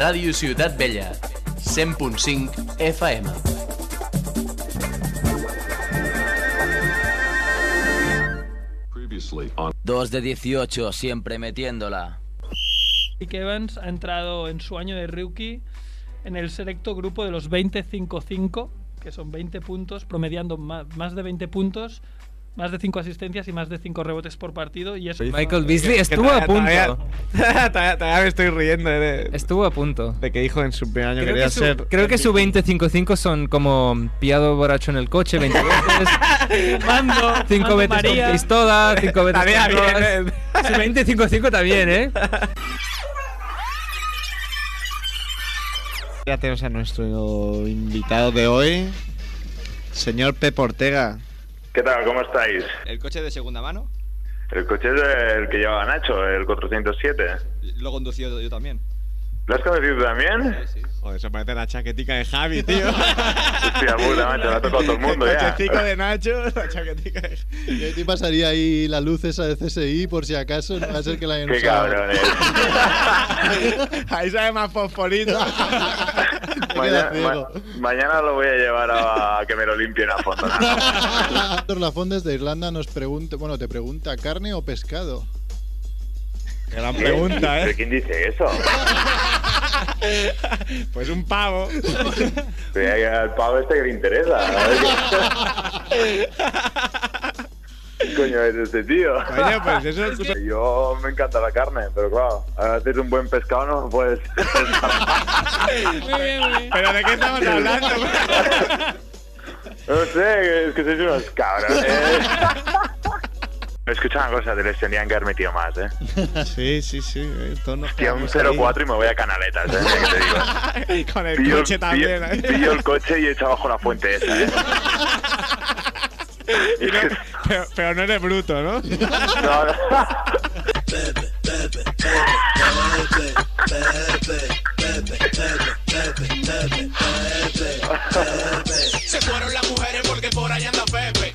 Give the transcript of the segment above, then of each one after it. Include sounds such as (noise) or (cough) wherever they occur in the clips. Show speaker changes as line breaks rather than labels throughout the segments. Ràdio Ciutat Vella, 100.5 FM.
Previously on
2 de 18, siempre metiéndola.
Nick Evans ha entrado en su año de rookie en el selecto grupo de los 25-5, que son 20 puntos, promediando ma- más de 20 puntos, más de 5 asistencias y más de 5 rebotes por partido. Y es
Michael Beasley
Que
estuvo a
todavía-
punto.
(laughs) Todavía, todavía me estoy riendo eh, de, de-
Estuvo a punto.
de que dijo en su primer año
Creo
quería
que, su,
ser.
creo que su 25-5 son como pillado borracho en el coche 20 veces,
(laughs)
Mando,
5
Mando
veces
María.
con pistola, 5 veces
Estaría
con drogas.
bien,
Su 25-5 también, ¿eh?
Ya tenemos a nuestro invitado de hoy, señor Pep Ortega.
¿Qué tal? ¿Cómo estáis?
¿El coche de segunda mano?
El coche es el que llevaba Nacho, el 407.
Lo he conducido yo también.
¿Lo has conocido tú también?
Sí, sí.
Joder, se parece a la chaquetica de Javi, tío.
Hostia puta, macho, la ha tocado todo el mundo ya.
chaquetico de Nacho, (laughs) la chaquetica de
Yo te pasaría ahí la luz esa de CSI por si acaso, no va a ser que la hayan
Qué
usado. (laughs)
cabrón
(laughs)
es.
Ahí sale más fosforito.
Te
Mañana,
quedas ciego.
ma- mañana lo voy a llevar a, a que me lo limpien
(laughs)
a fondo. ¿no?
Víctor Lafondes de Irlanda nos pregunta, bueno, te pregunta, ¿carne o pescado?
Gran pregunta,
¿Pero
¿eh?
quién dice eso?
(laughs) Pues un
(laughs)
pavo.
Que hay Al pavo este que le interesa. A ver (laughs) qué- ¿Qué coño es este tío?
Coño, pues eso es
Yo me encanta la carne, pero claro, a veces un buen pescado no puedes.
Muy bien, muy bien.
¿Pero de qué estamos hablando?
No sé, es que sois unos
(laughs)
cabrones. Eh, Escucha una cosa, te les tendrían que haber metido más, eh.
(laughs) Sí, sí, sí. Esto no
Tío, un 04 y me voy a canaletas, eh. Mira que te digo.
(laughs) Con el
Pillo,
coche también.
pillo-
¿eh?
pillo el coche y echo abajo la fuente esa, eh.
Y no- pero, pero no eres bruto, (laughs) ¿no?
No, no.
Se fueron las mujeres porque por allá anda Pepe.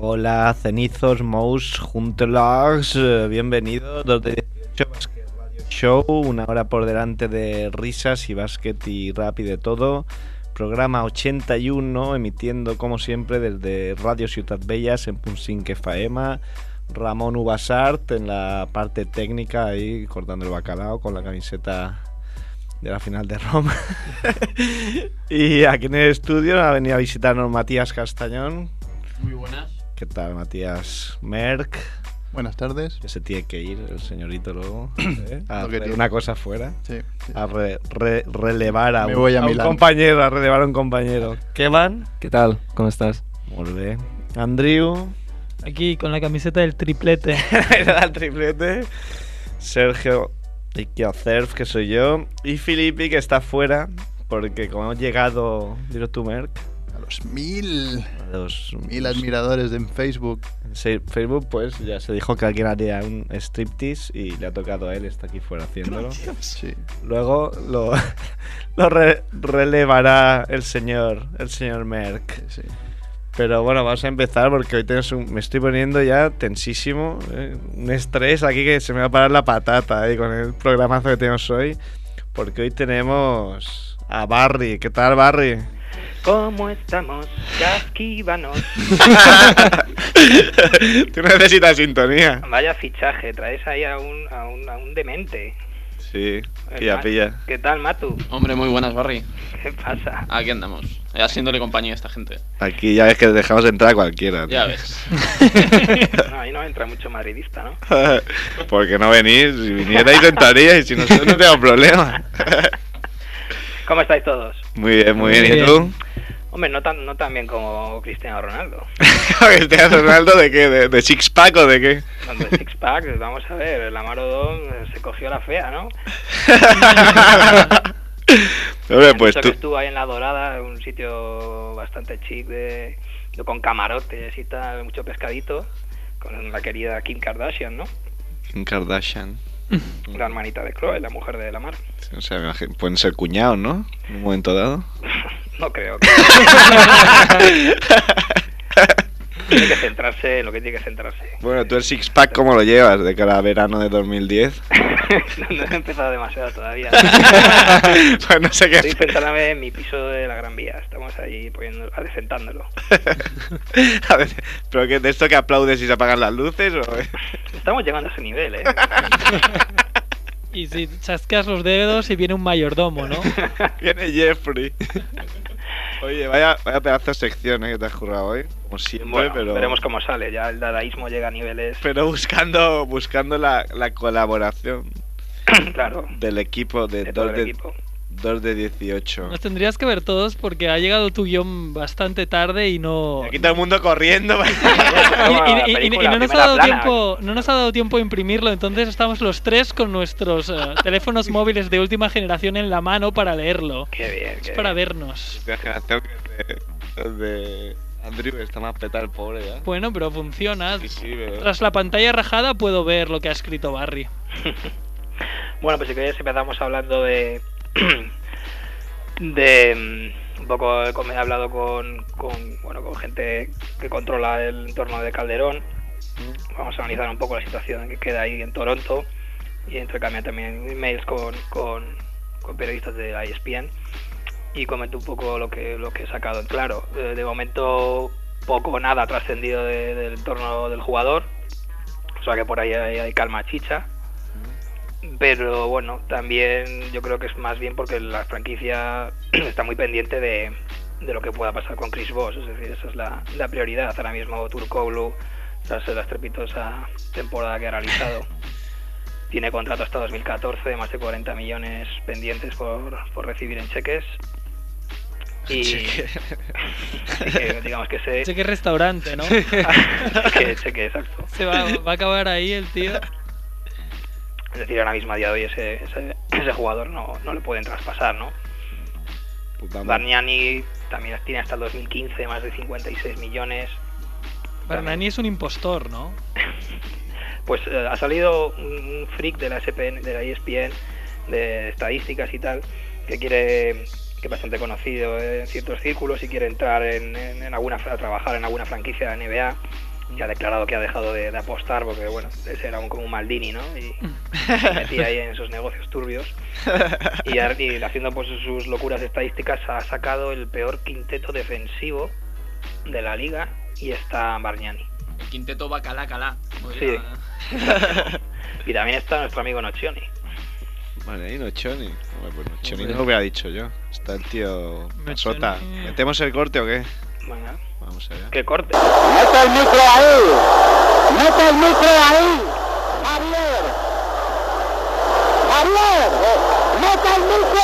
Hola, cenizos, mouse, juntelags, eh, bienvenidos. 2 de 18 Basket Radio Show, una hora por delante de risas y basket y rap y de todo. Programa 81, emitiendo como siempre desde Radio Ciudad Bellas en Punsinque Faema. Ramón Ubasart en la parte técnica, ahí cortando el bacalao con la camiseta de la final de Roma. (laughs) y aquí en el estudio ha venido a visitarnos Matías Castañón.
Muy buenas.
¿Qué tal, Matías Merck?
Buenas tardes.
Que se tiene que ir el
(clears throat)
señorito luego. ¿eh? A
Lo que
hacer
tiene.
una cosa fuera.
Sí, sí.
A re- re- relevar
(laughs)
a,
Me
un,
voy a
a un
Milán.
compañero, a relevar a un compañero. ¿Qué van?
(laughs) ¿Qué tal? ¿Cómo estás?
Molt bé. Andrew,
Aquí con la camiseta
(laughs)
del triplete.
era el triplete. Sergio Iquiacerf, que soy yo. Y Filippi, que está fuera. Porque como hemos llegado, dilo tú, Merck,
A los mil,
a los
mil admiradores en Facebook.
Sí, Facebook, pues ya se dijo que alguien haría un striptease y le ha tocado a él, está aquí fuera haciéndolo.
Sí.
Luego lo, (laughs) lo re- relevará el señor, el señor Merck.
sí.
Pero bueno, vamos a empezar porque hoy tienes un, me estoy poniendo ya tensísimo, eh, un estrés aquí que se me va a parar la patata eh, con el programazo que tenemos hoy. Porque hoy tenemos a Barry. ¿Qué tal, Barry?
¿Cómo estamos?
(laughs)
Casquivanos.
(laughs) Tú necesitas sintonía.
Vaya fichaje, traes ahí a un, a un, a un demente.
Sí, pilla, pilla.
¿Qué tal, Matu?
Hombre, muy buenas, Barry.
¿Qué pasa?
Aquí andamos, eh, haciéndole compañía a esta gente.
Aquí ya ves que dejamos entrar a cualquiera.
Ya ves.
(laughs) No, ahí no entra mucho madridista, ¿no?
(laughs) Porque no venís, si vinierais entraríais, si nosotros no tenemos problema. (laughs)
¿Cómo estáis todos?
Muy bien, muy
Muy
bien. ¿Y
bien.
tú?
Hombre, no tan, no tan bien como Cristiano
(laughs)
Ronaldo.
¿Este Ronaldo de qué? ¿De, de six pack o de qué?
Cuando el six pack, vamos a ver, el Amaro 2 eh, se cogió la fea, ¿no?
(laughs) Hombre, pues
Eso
tú.
que estuvo ahí en La Dorada, un sitio bastante chic, de, de- con camarotes y tal, mucho pescadito, con la querida Kim Kardashian, ¿no?
Kim Kardashian. Mm.
La hermanita de Chloe, la mujer de la mar.
O sea, me imagino- pueden ser cuñados, ¿no? En un momento dado.
(laughs) No
(laughs)
creo. que- tiene que centrarse en lo que tiene que centrarse. (laughs)
Bueno, tú el six pack, ¿cómo lo llevas? De cara a verano de 2010.
no he empezado demasiado
(laughs)
todavía.
Pues no sé qué
Estoy
hacer.
centrándome en mi piso de la Gran Vía. Estamos ahí poniendo, ah,
(laughs)
adecentándolo.
(laughs) A ver, ¿pero qué? ¿De esto que aplaudes y se apagan las luces? O...
Estamos llegando a ese nivel, ¿eh?
Y si chascas los dedos y viene un mayordomo, ¿no?
(laughs) (laughs) Viene Jeffrey. Oye, vaya, vaya pedazo de sección ¿eh? que te has currado hoy. Como siempre,
Bueno,
pero.
veremos cómo sale. Ya el dadaísmo llega a
(laughs)
niveles.
Pero buscando, buscando la, la colaboración
claro.
del equipo de,
De todo
2 de,
el equipo.
2 de 18. (laughs)
Nos tendrías que ver todos porque ha llegado tu guión bastante tarde y no.
Aquí todo el mundo corriendo.
Y, y- y- y- y no, nos ha
Primera
dado
plana.
tiempo, no nos ha dado tiempo a imprimirlo, entonces estamos los tres con nuestros eh,
(laughs)
teléfonos móviles de última generación en la mano para leerlo.
Qué bien,
Es para vernos.
La generación que de, de Andrew está más petado el pobre ¿eh? ya.
Bueno, pero funciona.
Sí, pero-
Tras la pantalla rajada puedo ver lo que ha escrito
(laughs)
Barry.
Bueno, pues si queréis empezamos hablando de... (clears throat) de... mm, Un poco eh, como he hablado con, con, bueno, con gente que controla el entorno de Calderón. Vamos a analizar un poco la situación que queda ahí en Toronto y intercambiar también emails con, con, con periodistas de la E ESPN y comento un poco lo que, lo que he sacado en claro. Eh, de momento poco o nada ha trascendido de- del entorno del jugador, o sea que por ahí hay, hay calma chicha. Pero bueno, también yo creo que es más bien porque la franquicia (clears throat) está muy pendiente de, de lo que pueda pasar con Chris Voss, es decir, esa es la, la prioridad. Ahora mismo Turkoglu, tras la estrepitosa temporada que ha realizado, tiene contrato hasta 2014, más de 40 millones pendientes por, por recibir en cheques. Y, (laughs) y que, digamos que se...
Cheque
(laughs)
restaurante, ¿no? (laughs)
cheque, cheque, exacto.
Se va, va a acabar ahí el tío.
Es decir, ahora mismo a día de hoy ese, ese, ese jugador no, no le pueden traspasar, ¿no? Barniani también tiene hasta el 2015 más de 56 millones.
Bernani es un impostor, ¿no?
Pues eh, ha salido un un freak de la SPN, de la E ESPN, de estadísticas y tal, que quiere que es bastante conocido en ciertos círculos y quiere entrar en, en- en alguna fra- a trabajar en alguna franquicia de NBA y ha declarado que ha dejado de, de apostar porque bueno ese era un, como un Maldini no y se metía ahí en esos negocios turbios y, ha- y haciendo pues sus locuras estadísticas ha sacado el peor quinteto defensivo de la liga y está Bargnani
El quinteto va calá, calá. como
Sí.
diría-
(laughs) y también está nuestro amigo Nocioni.
Vale, ahí Nochoni. Hombre, pues Nochoni
Hombre.
no lo hubiera dicho yo. Está el tío Sota. ¿Metemos el corte o qué?
Venga.
Vamos allá.
¿Qué corte?
¡Mete el micro ahí! ¡Mete el micro ahí! ¡Javier! ¡Javier! eh, ¡Mete el micro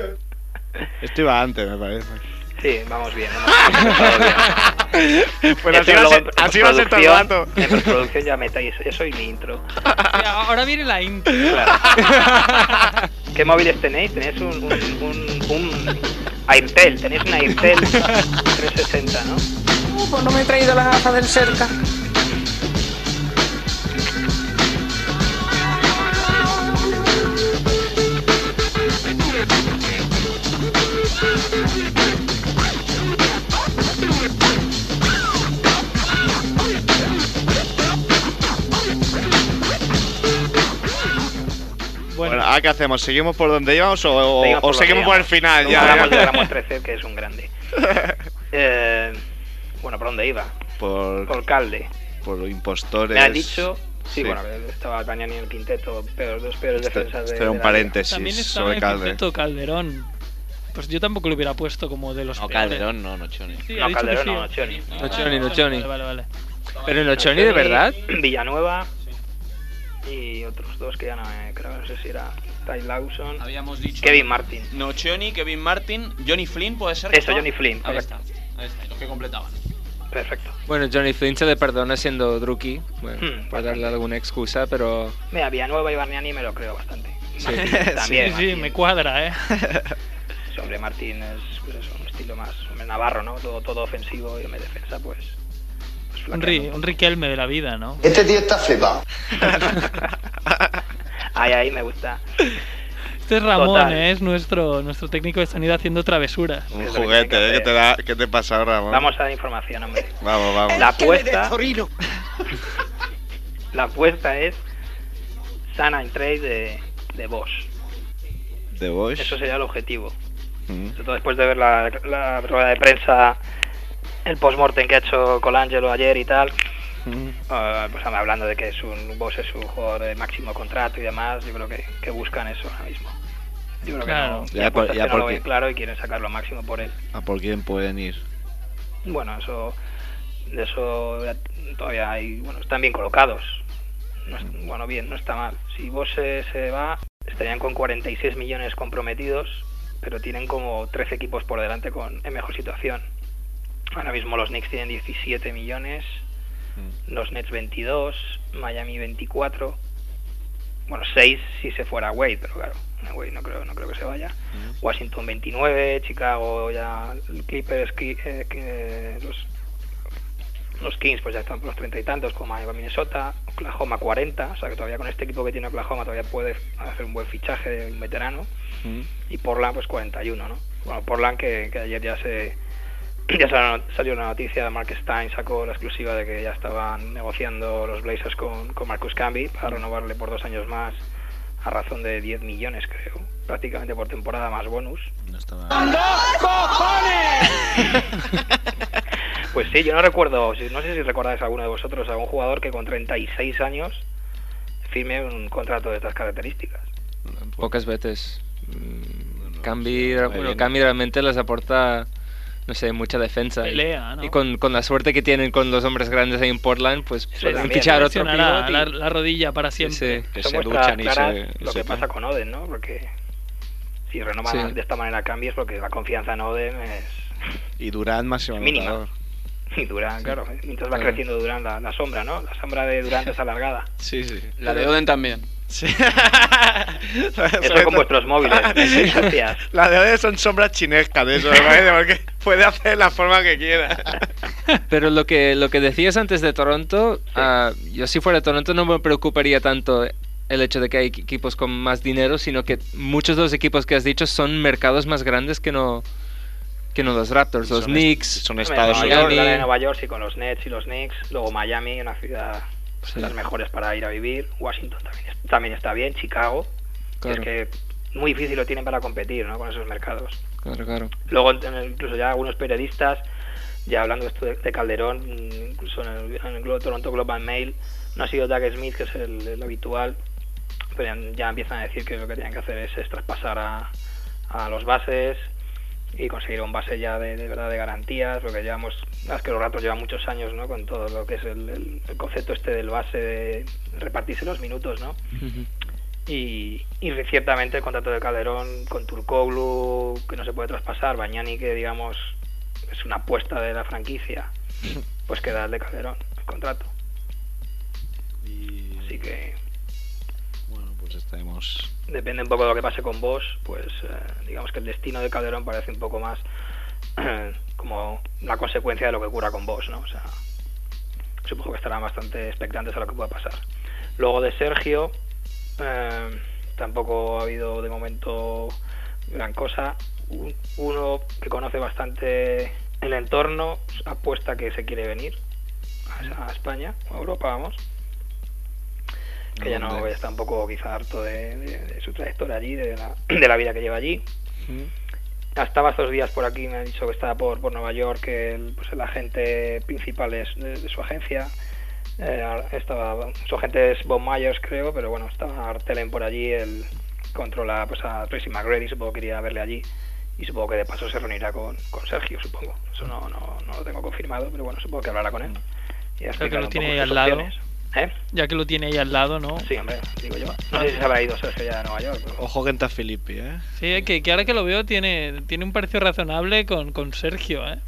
ahí!
Esto iba antes, me
(laughs)
parece. (laughs)
Sí, vamos bien. hemos estado
(laughs)
(laughs)
bien.
Pues así va
Eso
a
luego
ser-
en-
así
en
va a ser todo el
producción-
rato.
En producción ya metáis, eso y mi intro.
(laughs)
Ahora viene la intro.
¿Qué móviles tenéis? ¿Tenéis un, un, un, un Airtel? ¿Tenéis
(laughs)
un Airtel 360, no?
Pues no me he traído la gafa del cerca.
Bueno, ¿ahora qué hacemos? ¿Seguimos por donde íbamos o, o-
Seguimos
o
por
seguimos
donde
por el
íbamos.
final?
Nos
Ya, eh?
hablamos de Ramos 13, que es un grande. Eh, bueno, ¿por dónde iba?
(laughs) Por,
Por Calde.
por impostores.
Me han dicho Sí,
Sí.
bueno, a ver, estaba Cañani en el quinteto, pero los dos peores defensas de.
esto era un
de la liga.
paréntesis
También estaba
sobre
en el
Calde.
quinteto Calderón. Pues yo tampoco lo hubiera puesto como de los
No,
peores.
Calderón no, Nochoni.
Sí,
No,
ha dicho que
Calderón
sí. Ah,
no, Nochoni.
No, Choni, no, Choni.
Vale, vale, vale.
Pero Nochoni, ¿de verdad?
Villanueva y otros dos que ya no me creo, no sé si era Ty Lawson,
Habíamos dicho.
Kevin Martin.
Nocheoni, Kevin Martin, Johnny Flynn, puede ser. que
Eso,
estaba?
Johnny Flynn,
Ahí
correcto.
está. Ahí está, y los que completaban.
Perfecto.
Bueno, Johnny Flynn se le perdona siendo Druki, bueno,
Hmm.
por darle alguna excusa, pero
Mira, Villanueva y Barniani me lo creo bastante.
Sí.
Martin (laughs)
Sí,
también.
sí,
me cuadra,
(laughs)
¿eh?
Sobre Martín es pues eso, un estilo más hombre navarro, ¿no? Todo, todo ofensivo y en vez de defensa, pues. pues
Un,
flaqueando
Ri-
un
un Riquelme de la vida, ¿no?
Este tío está
(laughs)
flipado.
Ay, ay, me gusta.
Este es Ramón,
Total.
¿eh? es nuestro, nuestro técnico de sonido haciendo travesuras.
Un juguete, ¿eh? ¿Qué te, da, ¿Qué te pasa ahora, Ramón?
Vamos a dar información, hombre.
Vamos, vamos.
La apuesta. (laughs) La apuesta es Sana and Trade de, de Bosch.
De Bosch.
Eso sería el objetivo.
Mm.
Sobre todo después de ver la, la rueda de prensa, el postmortem que ha hecho Colangelo ayer y tal, eh, pues hablando de que es un Bosch es un jugador de máximo contrato y demás, yo creo que, que buscan eso ahora mismo. Yo creo
Claro.
que no,
Ya por-
apuestas
ya
que no lo
porque-
ven claro y quieren sacar lo máximo por él.
¿A por quién pueden ir?
Bueno, eso, de eso ya todavía hay, bueno, están bien colocados. No es- bueno, bien, no está mal. Si vos se, se va, estarían con 46 millones comprometidos, pero tienen como 13 equipos por delante con, en mejor situación. Ahora mismo los Knicks tienen 17 millones, los Nets 22, Miami 24, bueno, 6 si se fuera Wade, pero claro, Wade no creo, no creo que se vaya. Washington 29, Chicago ya, Clippers, Ki- eh, que, eh, los, los Kings pues ya están por los treinta y tantos, como Miami, Minnesota, Oklahoma 40, o sea que todavía con este equipo que tiene Oklahoma todavía puede hacer un buen fichaje de un veterano, y Portland pues 41, ¿no? Bueno, Portland que, que ayer ya se (clears throat) ya sal- salió una noticia, Mark Stein sacó la exclusiva de que ya estaban negociando los Blazers con, con Marcus Camby para renovarle por dos años más a razón de 10 millones, creo, prácticamente por temporada más bonus.
No está mal.
(laughs) Pues sí, yo no recuerdo, si- no sé si recordáis alguno de vosotros, algún jugador que con 36 años firme un contrato de estas características.
pocas veces. Mm, Cambi, bueno,
bien.
Cambi realmente les aporta, no sé, mucha defensa. Y-
Pelea, ¿no?
Y con, con la suerte que tienen con los hombres grandes ahí en Portland, pues pueden
también,
fichar otro
lesionará
pivot y-
la, la rodilla para siempre.
sí.
Eso muestra claras lo que pasa con Oden, ¿no? Porque si renovan
Sí.
de esta manera Cambi es porque la confianza en Oden es (laughs)
Y Durán máximo
Mínima.
anotador.
y Durán, claro. Mientras va
Claro.
creciendo Durán la, la sombra, ¿no? La sombra de Durán es alargada.
Sí, sí.
La de Oden también.
Sí.
Eso con
(laughs)
vuestros móviles,
(laughs)
¿eh? Gracias.
La de hoy son sombras chinescas, de eso, me parece, porque puede hacer la forma que
(laughs)
quiera.
Pero lo que, lo que decías antes de Toronto, ah, yo si fuera Toronto no me preocuparía tanto el hecho de que hay equipos con más dinero, sino que muchos de los equipos que has dicho son mercados más grandes que no que no los Raptors, (laughs) los
son
Knicks,
son
Hombre, Nueva York, la de Nueva York, sí, con los Nets y los Knicks. Luego Miami, una ciudad pues, de las mejores para ir a vivir. Washington también, es- también está bien. Chicago. que
Claro.
Es que muy difícil lo tienen para competir ¿no? con esos mercados.
Claro, claro.
Luego, en- incluso ya algunos periodistas, ya hablando esto de, de Calderón, mm, incluso en el, en el Glo- Toronto Global Mail, no ha sido Doug Smith, que es el, el habitual, pero ya, ya empiezan a decir que lo que tienen que hacer es, es traspasar a, a los bases y conseguir un base ya de, de verdad de garantías, porque llevamos, es que los ratos llevan muchos años, ¿no? Con todo lo que es el, el- el concepto este del base de repartirse los minutos, ¿no? Y, y ciertamente el contrato de Calderón con Turcoglu, que no se puede traspasar, Bañani, que digamos es una apuesta de la franquicia, pues queda el de Calderón, el contrato. Así que
Bueno, pues estaremos.
depende un poco de lo que pase con vos, pues eh, digamos que el destino de Calderón parece un poco más (clears throat) como la consecuencia de lo que ocurra con vos, ¿no? O sea, supongo que estarán bastante expectantes a lo que pueda pasar. Luego de Sergio, eh, tampoco ha habido de momento gran cosa. Un- Uno que conoce bastante el entorno apuesta que se quiere venir a a España o a Europa, vamos. Que ya no está un poco quizá harto de, de- de su trayectoria allí, de la, de la vida que lleva allí. Estaba estos días por aquí, me han dicho que estaba por, por Nueva York, que el, pues el agente principal es de, de su agencia, Eh, ahora estaba, son gente es Bob Myers, creo, pero bueno, estaba Artelen por allí, él controla pues, a Tracy McGrady, supongo que iría a verle allí. Y supongo que de paso se reunirá con, con Sergio, supongo. Eso no, no, no lo tengo confirmado, pero bueno, supongo que hablará con él. Y
Creo que
explicará
lo
un
tiene
poco
ahí
sus
al lado.
opciones. ¿Eh?
Ya que lo tiene ahí al lado, ¿no?
Sí, hombre, digo yo. No
Ah.
sé si se habrá ido Sergio ya de Nueva York. pero-
Ojo que está Filippi, ¿eh?
Sí, eh, que, que ahora que lo veo tiene, tiene un precio razonable con, con Sergio,
(laughs)
¿eh?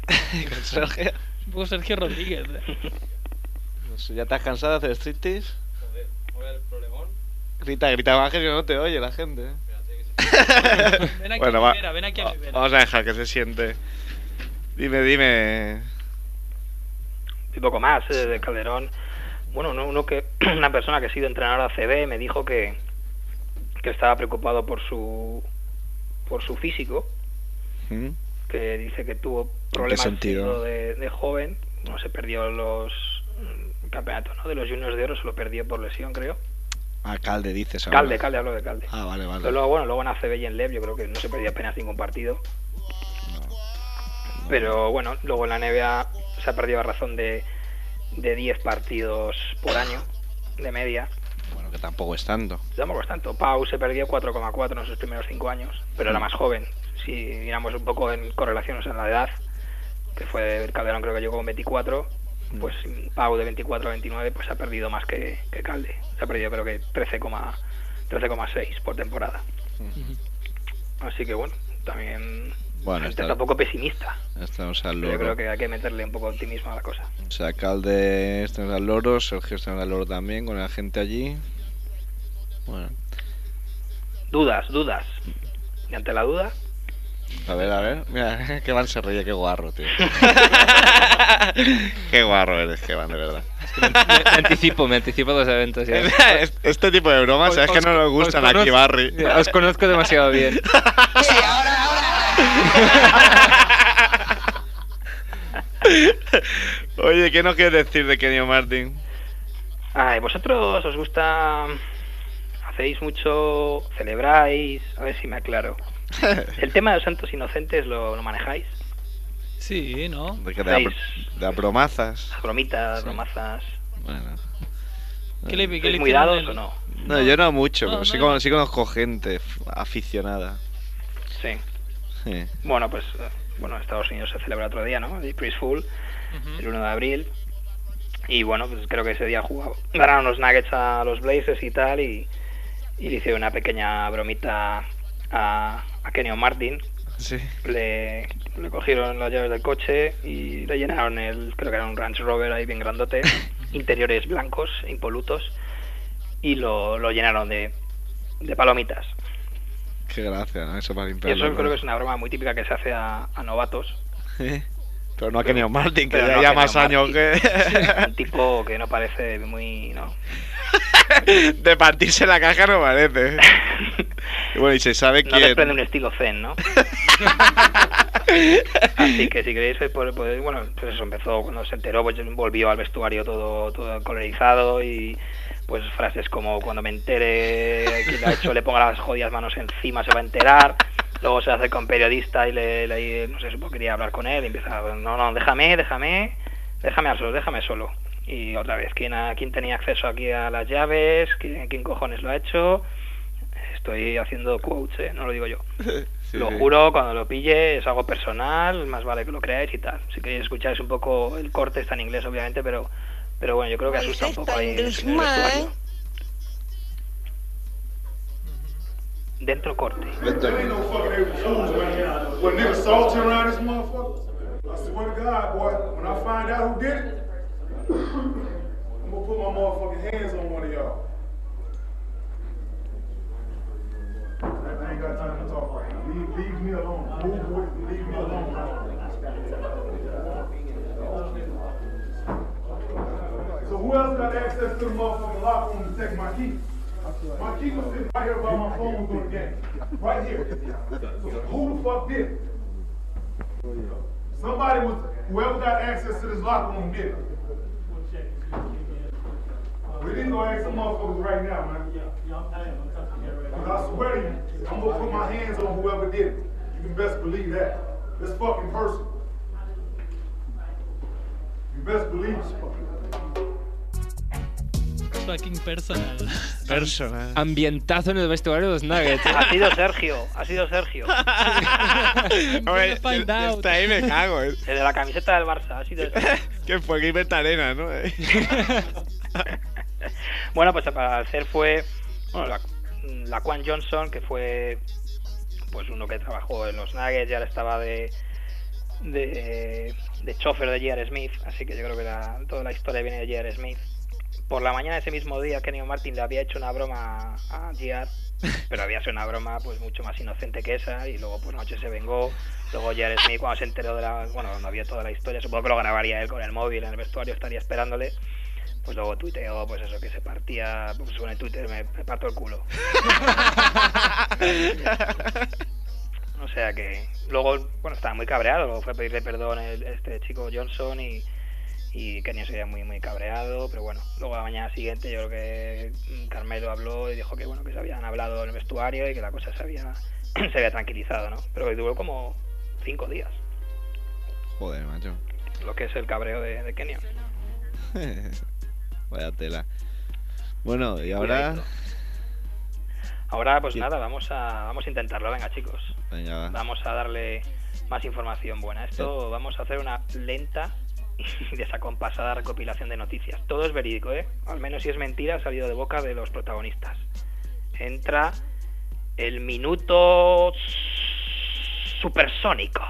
¿Con Sergio?
Un poco Sergio Rodríguez. eh.
No sé, ¿Ya estás cansado de hacer striptease? Grita, grita más que si no te oye la gente.
¿eh? (laughs)
Ven aquí
bueno,
a mi
va.
vera, ven aquí a mi vera.
Vamos a dejar que se siente. Dime, dime.
y poco más eh, de Calderón. Bueno, uno, uno que (clears throat) una persona que ha sido entrenadora CB me dijo que, que estaba preocupado por su por su físico,
¿Mm?
que dice que tuvo problemas
sentido?
siendo de, de joven, no se perdió los mm, campeonatos ¿no? de los juniors de oro, se lo perdió por lesión, creo.
Ah, Calde, dices. ahora.
Calde, Calde, hablo de Calde.
Ah, vale,
Pero
vale.
luego, bueno, luego en ACB y en LEV yo creo que no se perdió apenas ningún partido. Pero bueno, luego en la NBA se ha perdido a razón de, de 10 partidos por año, de media.
Bueno, que tampoco es tanto.
Tampoco es tanto. Pau se perdió 4,4 en sus primeros 5 años, pero era más joven. Si miramos un poco en correlaciones en la edad, que fue Calderón creo que llegó con 24, pues Pau de 24 a 29 pues ha perdido más que, que Calde. Se ha perdido creo que 13,6 13,6 por temporada. Así que bueno, también
Bueno,
gente
está,
está un poco pesimista.
estamos al
Pero yo
loro.
creo que hay que meterle un poco de optimismo a la cosa.
O sea, Calde estamos al loro, Sergio estamos al loro también, con la gente allí. Bueno,
Dudas, dudas. Y ante la duda,
a ver, a ver. Mira, (laughs) que van se ríe, qué guarro, tío. (laughs) qué guarro eres, que van, de verdad.
Me anticipo, Pues me anticipo los eventos.
(laughs)
ya.
Este tipo de bromas, es que no nos gustan
os
aquí,
conozco-
Barry.
Os conozco demasiado bien.
Oye, ¿qué nos quieres decir de Kenny Martin?
Ay, vosotros os gusta. Hacéis mucho, celebráis. A ver si
(laughs)
me aclaro. El tema de los santos inocentes lo, lo manejáis.
Sí, ¿no?
De, que de, apro- de apromazas.
Las bromitas, bromazas.
Bueno.
¿Qué le, qué
¿Sois
le
muy
hicieron
dados
del-
o no?
No, yo no mucho,
No,
pero
no,
sí, Con, sí conozco gente f- aficionada.
Sí.
Sí.
Bueno, pues. eh, Bueno, en Estados Unidos se celebra otro día, ¿no? El Priest Full, el 1 de abril. Y bueno, pues creo que ese día jugaba. Ganaron los Nuggets a los Blazers y tal. Y, y le hice una pequeña bromita a, a Kenyon Martin,
Sí.
le, le cogieron las llaves del coche y le llenaron el, creo que era un Range Rover ahí
(laughs)
bien grandote, interiores blancos, impolutos, y lo, lo llenaron de, de palomitas.
Qué gracia, ¿no? Eso para
Y
limpiar.
eso creo que es una broma muy típica que se hace a, a novatos.
Pero no a Kenny Martin, que
pero
ya
no
lleva
a Kenyon
más años que.
(laughs) Un tipo que no parece muy... No.
(laughs) de partirse la caja no parece. (laughs) Y bueno, y se sabe
No
quién.
desprende un estilo zen, ¿no? Así que si queréis, eh, pues, pues, bueno, pues eso empezó cuando se enteró, pues volvió al vestuario todo, todo colorizado y pues frases como cuando me entere quién lo ha hecho, le ponga las jodidas manos encima, se va a enterar. Luego se hace con periodista y le, le- no sé, supongo que quería hablar con él y empieza, no, no, déjame, déjame, déjame a solo, déjame solo. Y otra vez, ¿quién, ha- quién tenía acceso aquí a las llaves? ¿Quién, quién cojones lo ha hecho? Estoy haciendo quotes, ¿eh? no lo digo yo.
Sí,
lo
sí.
juro, cuando lo pille es algo personal, más vale que lo creáis y tal. Si queréis escucháis un poco, el corte está en inglés, obviamente, pero, pero bueno, yo creo que asusta un poco ahí. en el vestuario. Dentro corte.
(laughs)
When niggas salty around this motherfucker, I swear to God, boy, when I find out who did it, I'm gonna put my motherfucking hands on one of y'all. I ain't got time to talk right now. Leave, leave me alone. Move with- leave me alone. So who else got access to the motherfucking locker room to take my key? My key was sitting right here by my phone during the game. Right here. Who the fuck did it? Somebody was, whoever got access to this locker room did it. We didn't go ask some motherfuckers right now, man. Cause I swear to you, I'm gonna put my hands on whoever did it. You can best believe that. This fucking person. You best believe it.
fucking personal.
Personal.
Ambientazo en el vestuario de los Nuggets. ¿eh?
Ha sido Sergio, ha sido Sergio.
Hombre, yo- yo hasta ahí me cago. eh.
El de la camiseta del Barça,
(laughs)
ha sido Sergio.
que fue Gilbert Arenas, ¿no?
Bueno, pues para hacer fue bueno, la, la Quan Johnson, que fue pues uno que trabajó en los Nuggets y ahora estaba de de, de chofer de J.R. Smith, así que yo creo que la- toda la historia viene de J.R. Smith. Por la mañana de ese mismo día, Kenny Martin le había hecho una broma a J.R., pero había sido una broma pues mucho más inocente que esa, y luego por la noche se vengó. Luego J.R. Smith, cuando se enteró de la... Bueno, cuando había toda la historia, supongo que lo grabaría él con el móvil en el vestuario, estaría esperándole pues luego tuiteó, pues eso, que se partía, pues suena en Twitter, me, me parto el culo. o sea que, luego, bueno, estaba muy cabreado, luego fue a pedirle perdón el- este chico Johnson y, y Kenny sería muy, muy cabreado, pero bueno, luego a la mañana siguiente yo creo que mm, Carmelo habló y dijo que, bueno, que se habían hablado en el vestuario y que la cosa se había, (clears throat) se había tranquilizado, ¿no? Pero que duró como cinco días,
(laughs) Joder, macho. (laughs)
lo que es el cabreo de, de Kenia.
Vaya tela. Bueno, y ahora.
Ahora, pues
Sí.
nada, vamos a, vamos a intentarlo, venga chicos.
Venga, va.
Vamos a darle más información buena.
Eh.
Esto vamos a hacer una lenta y (laughs) desacompasada recopilación de noticias. Todo es verídico, ¿eh? Al menos si es mentira, ha salido de boca de los protagonistas. Entra el minuto supersónico.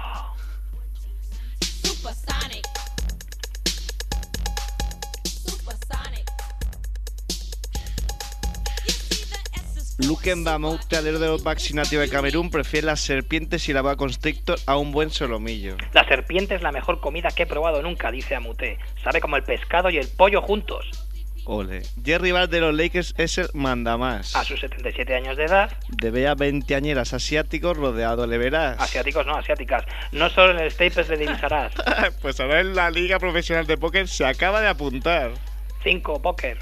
Lukemba, talero de los Baxi nativo de Camerún, prefiere las serpientes y la va constrictor a un buen solomillo.
La serpiente es la mejor comida que he probado nunca, dice Amute. Sabe como el pescado y el pollo juntos.
Ole. Jerry Ball de los Lakers es el mandamás.
A sus 77 años de edad,
De vea veinteañeras asiáticos rodeado le verás.
asiáticos no, asiáticas, no solo en el Staples le divisarás.
(laughs) pues ahora en la Liga Profesional de Póker se acaba de apuntar.
5. Póker.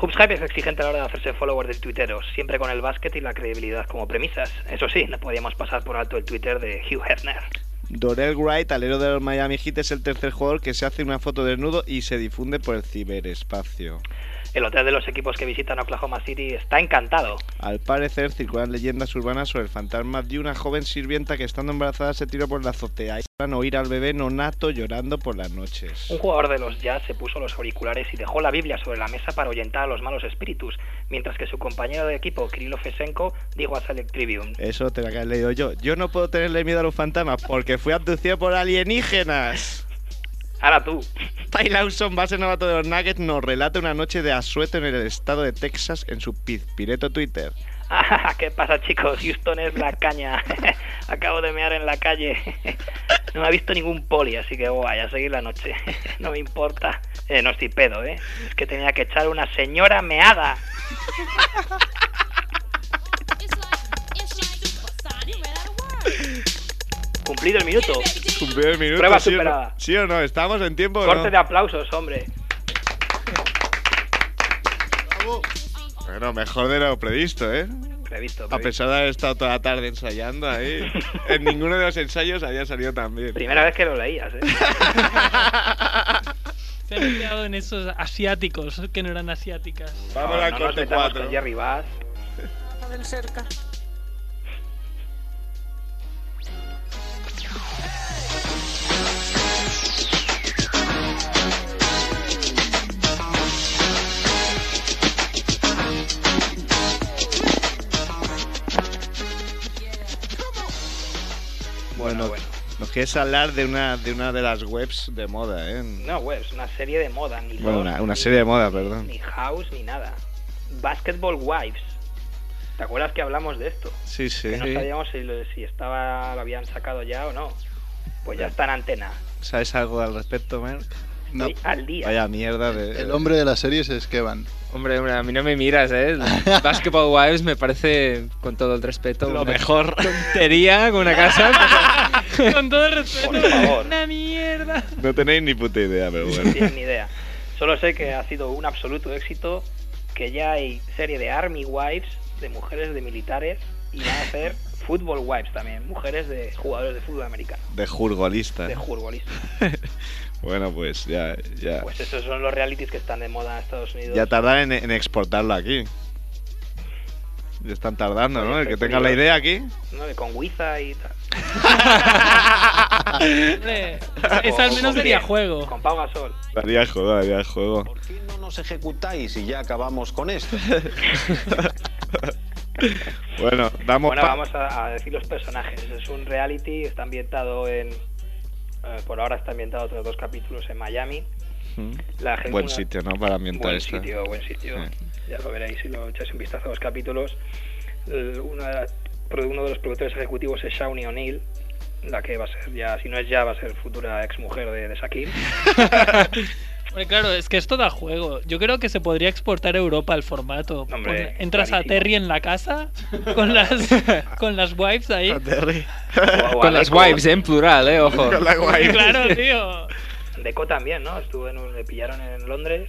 Hoops Hype es exigente a la hora de hacerse follower del tuitero, siempre con el básquet y la credibilidad como premisas. Eso sí, no podíamos pasar por alto el Twitter de Hugh Hefner.
Dorel Wright, alero de los Miami Heat, es el tercer jugador que se hace una foto desnudo y se difunde por el ciberespacio.
El hotel de los equipos que visitan Oklahoma City está encantado.
Al parecer circulan leyendas urbanas sobre el fantasma de una joven sirvienta que estando embarazada se tiró por la azotea y van a oír al bebé nonato llorando por las noches.
Un jugador de los Jazz se puso los auriculares y dejó la Biblia sobre la mesa para ahuyentar a los malos espíritus, mientras que su compañero de equipo, Kirilo Fesenko, dijo a Select Tribune.
Eso te lo que has leído yo. Yo no puedo tenerle miedo a los fantasmas porque fui abducido por alienígenas.
Ahora tú.
Ty Lawson, base novato de los Nuggets, nos relata una noche de asueto en el estado de Texas en su pizpireto Twitter.
Ah, (laughs) ¿Qué pasa, chicos? Houston es la caña. (laughs) Acabo de mear en la calle. (laughs) No me ha visto ningún poli, así que oh, vaya a seguir la noche. (laughs) No me importa. Eh, no estoy pedo, ¿eh? Es que tenía que echar una señora meada. Cumplido el minuto.
Cumplido el minuto.
Prueba
¿sí o no?
superada.
¿Sí o no? ¿Estamos en tiempo o no?
Corte de aplausos, hombre.
Bueno, mejor de lo previsto, ¿eh?
Previsto,
A
previsto.
pesar de haber estado toda la tarde ensayando
(laughs)
ahí, en ninguno de los ensayos había salido tan bien.
Primera vez que lo leías, ¿eh?
(laughs) Se han quedado en esos asiáticos que no eran asiáticas.
Vamos
No,
al
no nos
corte
metamos
4.
con Jerry Bass.
cerca.
Bueno, nos quieres hablar de una de una de las webs de moda, ¿eh?
No, güey, es una serie de moda. Ni
Bueno,
Lost,
una, una
ni-
serie de moda, perdón.
ni house ni nada. Basketball Wives. ¿Te acuerdas que hablamos de esto?
Sí, sí.
Que no sabíamos si, lo- si estaba lo habían sacado ya o no. Pues ya está en antena.
¿Sabes algo al respecto, Merck?
Estoy al día.
Vaya mierda de...
El hombre de la serie es Esqueban.
Hombre, hombre, a mí no me miras, ¿eh?
(laughs)
Basketball Wives me parece, con todo el respeto,
Lo
una
mejor.
tontería con una casa.
(laughs) Con todo el respeto.
Por favor.
Una mierda.
No tenéis ni puta idea, pero
No (laughs)
bueno.
tienes ni idea. Solo sé que ha sido un absoluto éxito,
(laughs)
que ya hay serie de Army Wives, de mujeres de militares, y van a hacer Fútbol wives también, mujeres de jugadores de fútbol americano.
De jurgolista.
De jurgolistas.
(laughs) bueno, pues ya, ya,
Pues esos son los realities que están de moda en Estados Unidos.
ya tardan en, en exportarlo aquí. Ya están tardando, ¿no? El
Pues
que tenga la idea aquí.
¿no? Que Con Wiza y tal. (laughs)
Hombre, esa al menos sería juego.
Con Pau Gasol.
Daría juego, daría juego.
No nos ejecutáis y ya acabamos con esto.
Bueno, damos
bueno,
pa-
(laughs) vamos a, a decir los personajes. Es un reality, está ambientado en. eh, por ahora está ambientado otros dos capítulos en Miami. La gente-
Mm. Buen
una-
sitio, ¿no? Para ambientar
Buen
esto.
sitio, buen sitio. Ya lo veréis si lo echáis un vistazo a los capítulos. El- una de las- pro- uno de los productores ejecutivos es Shawnee O'Neill, la que va a ser ya, si no es ya, va a ser futura ex mujer de, de (laughs) Shaquille.
Hombre, claro, es que esto da juego. Yo creo que se podría exportar a Europa el formato.
Hombre,
Pon- entras
clarísimo.
a Terry en la casa con
(laughs)
las, con las wives ahí.
O- o
Con las
Aleco.
wives en plural, eh, ojo.
(laughs)
(laughs)
Claro, tío.
Deco también, ¿no? Estuvo en un- le pillaron en Londres.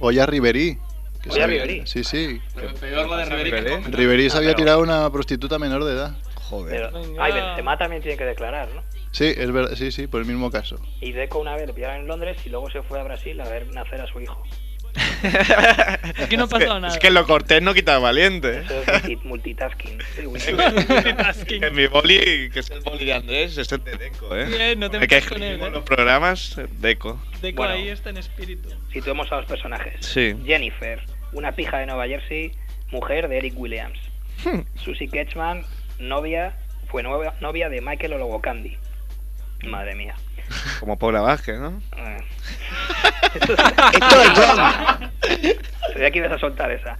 Oya Riverí. que
Oya
se había-
Riverí.
Sí, sí.
Peor lo de
Riverí se había tirado una prostituta menor de edad.
Pero, ay, Benzema también tiene que declarar, ¿no?
Sí, es verdad, sí, sí, por el mismo caso.
Y Deco una vez le pillaron en Londres y luego se fue a Brasil a ver nacer a su hijo.
Aquí no ha
Es
pasado
que-
nada.
Es que lo cortés no quita valiente. ¿eh? (laughs)
Eso es multi- multitasking. Sí, güey.
(laughs)
Que mi boli, que es el boli de Andrés, es el de Deco, ¿eh?
Bien, no te
Hay que
metas con él,
escribimos
¿eh?
los programas Deco.
Deco ahí está en espíritu.
Situemos a los personajes.
Sí.
Jennifer, una pija de Nueva Jersey, mujer de Eric
(laughs)
Williams. Susie Ketchman, novia, fue nueva- novia de Michael Olowokandi. Madre mía.
Como Paula Vázquez, ¿no?
Eh. Sabía que ibas a soltar esa.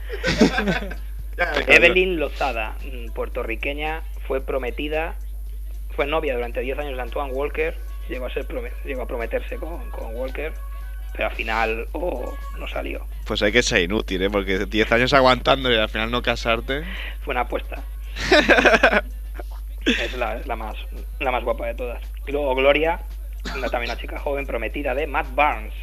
Evelyn Lozada, mm, puertorriqueña, fue prometida, fue novia durante 10 años de Antoine Walker, llegó a, ser prome- llegó a prometerse con, con Walker, pero al final oh, no salió.
Pues hay que ser inútil, ¿eh? Porque 10 años aguantando y al final no casarte.
Fue una apuesta. es la, es la más, la más guapa de todas. Y luego Gloria, una, también una chica joven prometida de Matt Barnes,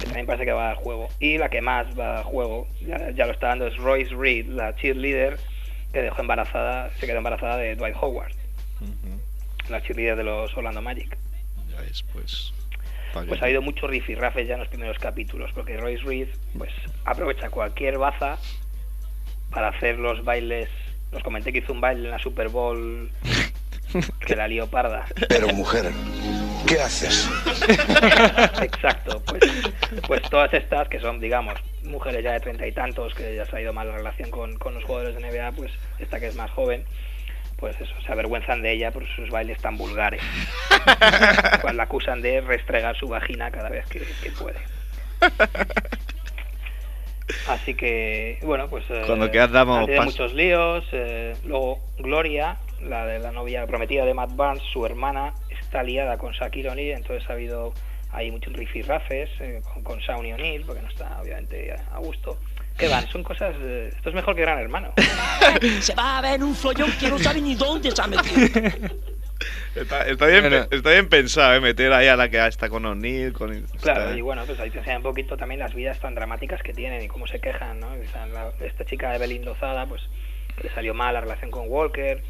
que también parece que va a dar juego. Y la que más va a dar juego, ya, ya lo está dando, es Royce Reed, la cheerleader que dejó embarazada, se quedó embarazada de Dwight Howard, la cheerleader de los Orlando Magic.
Ya ves, pues. pa' qué.
Pues ha habido muchos rifirrafes ya en los primeros capítulos, porque Royce Reed pues aprovecha cualquier baza para hacer los bailes. Os comenté que hizo un baile en la Super Bowl que la lió parda.
Pero mujer, ¿qué haces?
(laughs) Exacto, pues, pues todas estas que son, digamos, mujeres ya de treinta y tantos, que ya se ha ido mal la relación con, con los jugadores de NBA, pues esta que es más joven, pues eso, se avergüenzan de ella por sus bailes tan vulgares. Pues la acusan de restregar su vagina cada vez que, que puede. Así que, bueno, pues... eh,
Cuando quieras damos
ha habido
paso.
muchos líos. eh, luego, Gloria, la de la novia prometida de Matt Barnes, su hermana, está liada con Shaquille O'Neal, entonces ha habido ahí muchos rifirrafes eh, con, con Shawnee O'Neal, porque no está, obviamente, a- a gusto. ¿Qué van? Son cosas... eh, esto es mejor que Gran Hermano.
(laughs) Se va a ver un follón que no sabe ni dónde se ha metido.
Está, está bien,
Bueno.
está bien pensado, ¿eh? Meter ahí a la que está con O'Neill, con.
Claro,
está-
y bueno, pues ahí te enseñan un poquito también las vidas tan dramáticas que tienen y cómo se quejan, ¿no? O sea, la- esta chica Evelyn Lozada, pues que le salió mal la relación con Walker,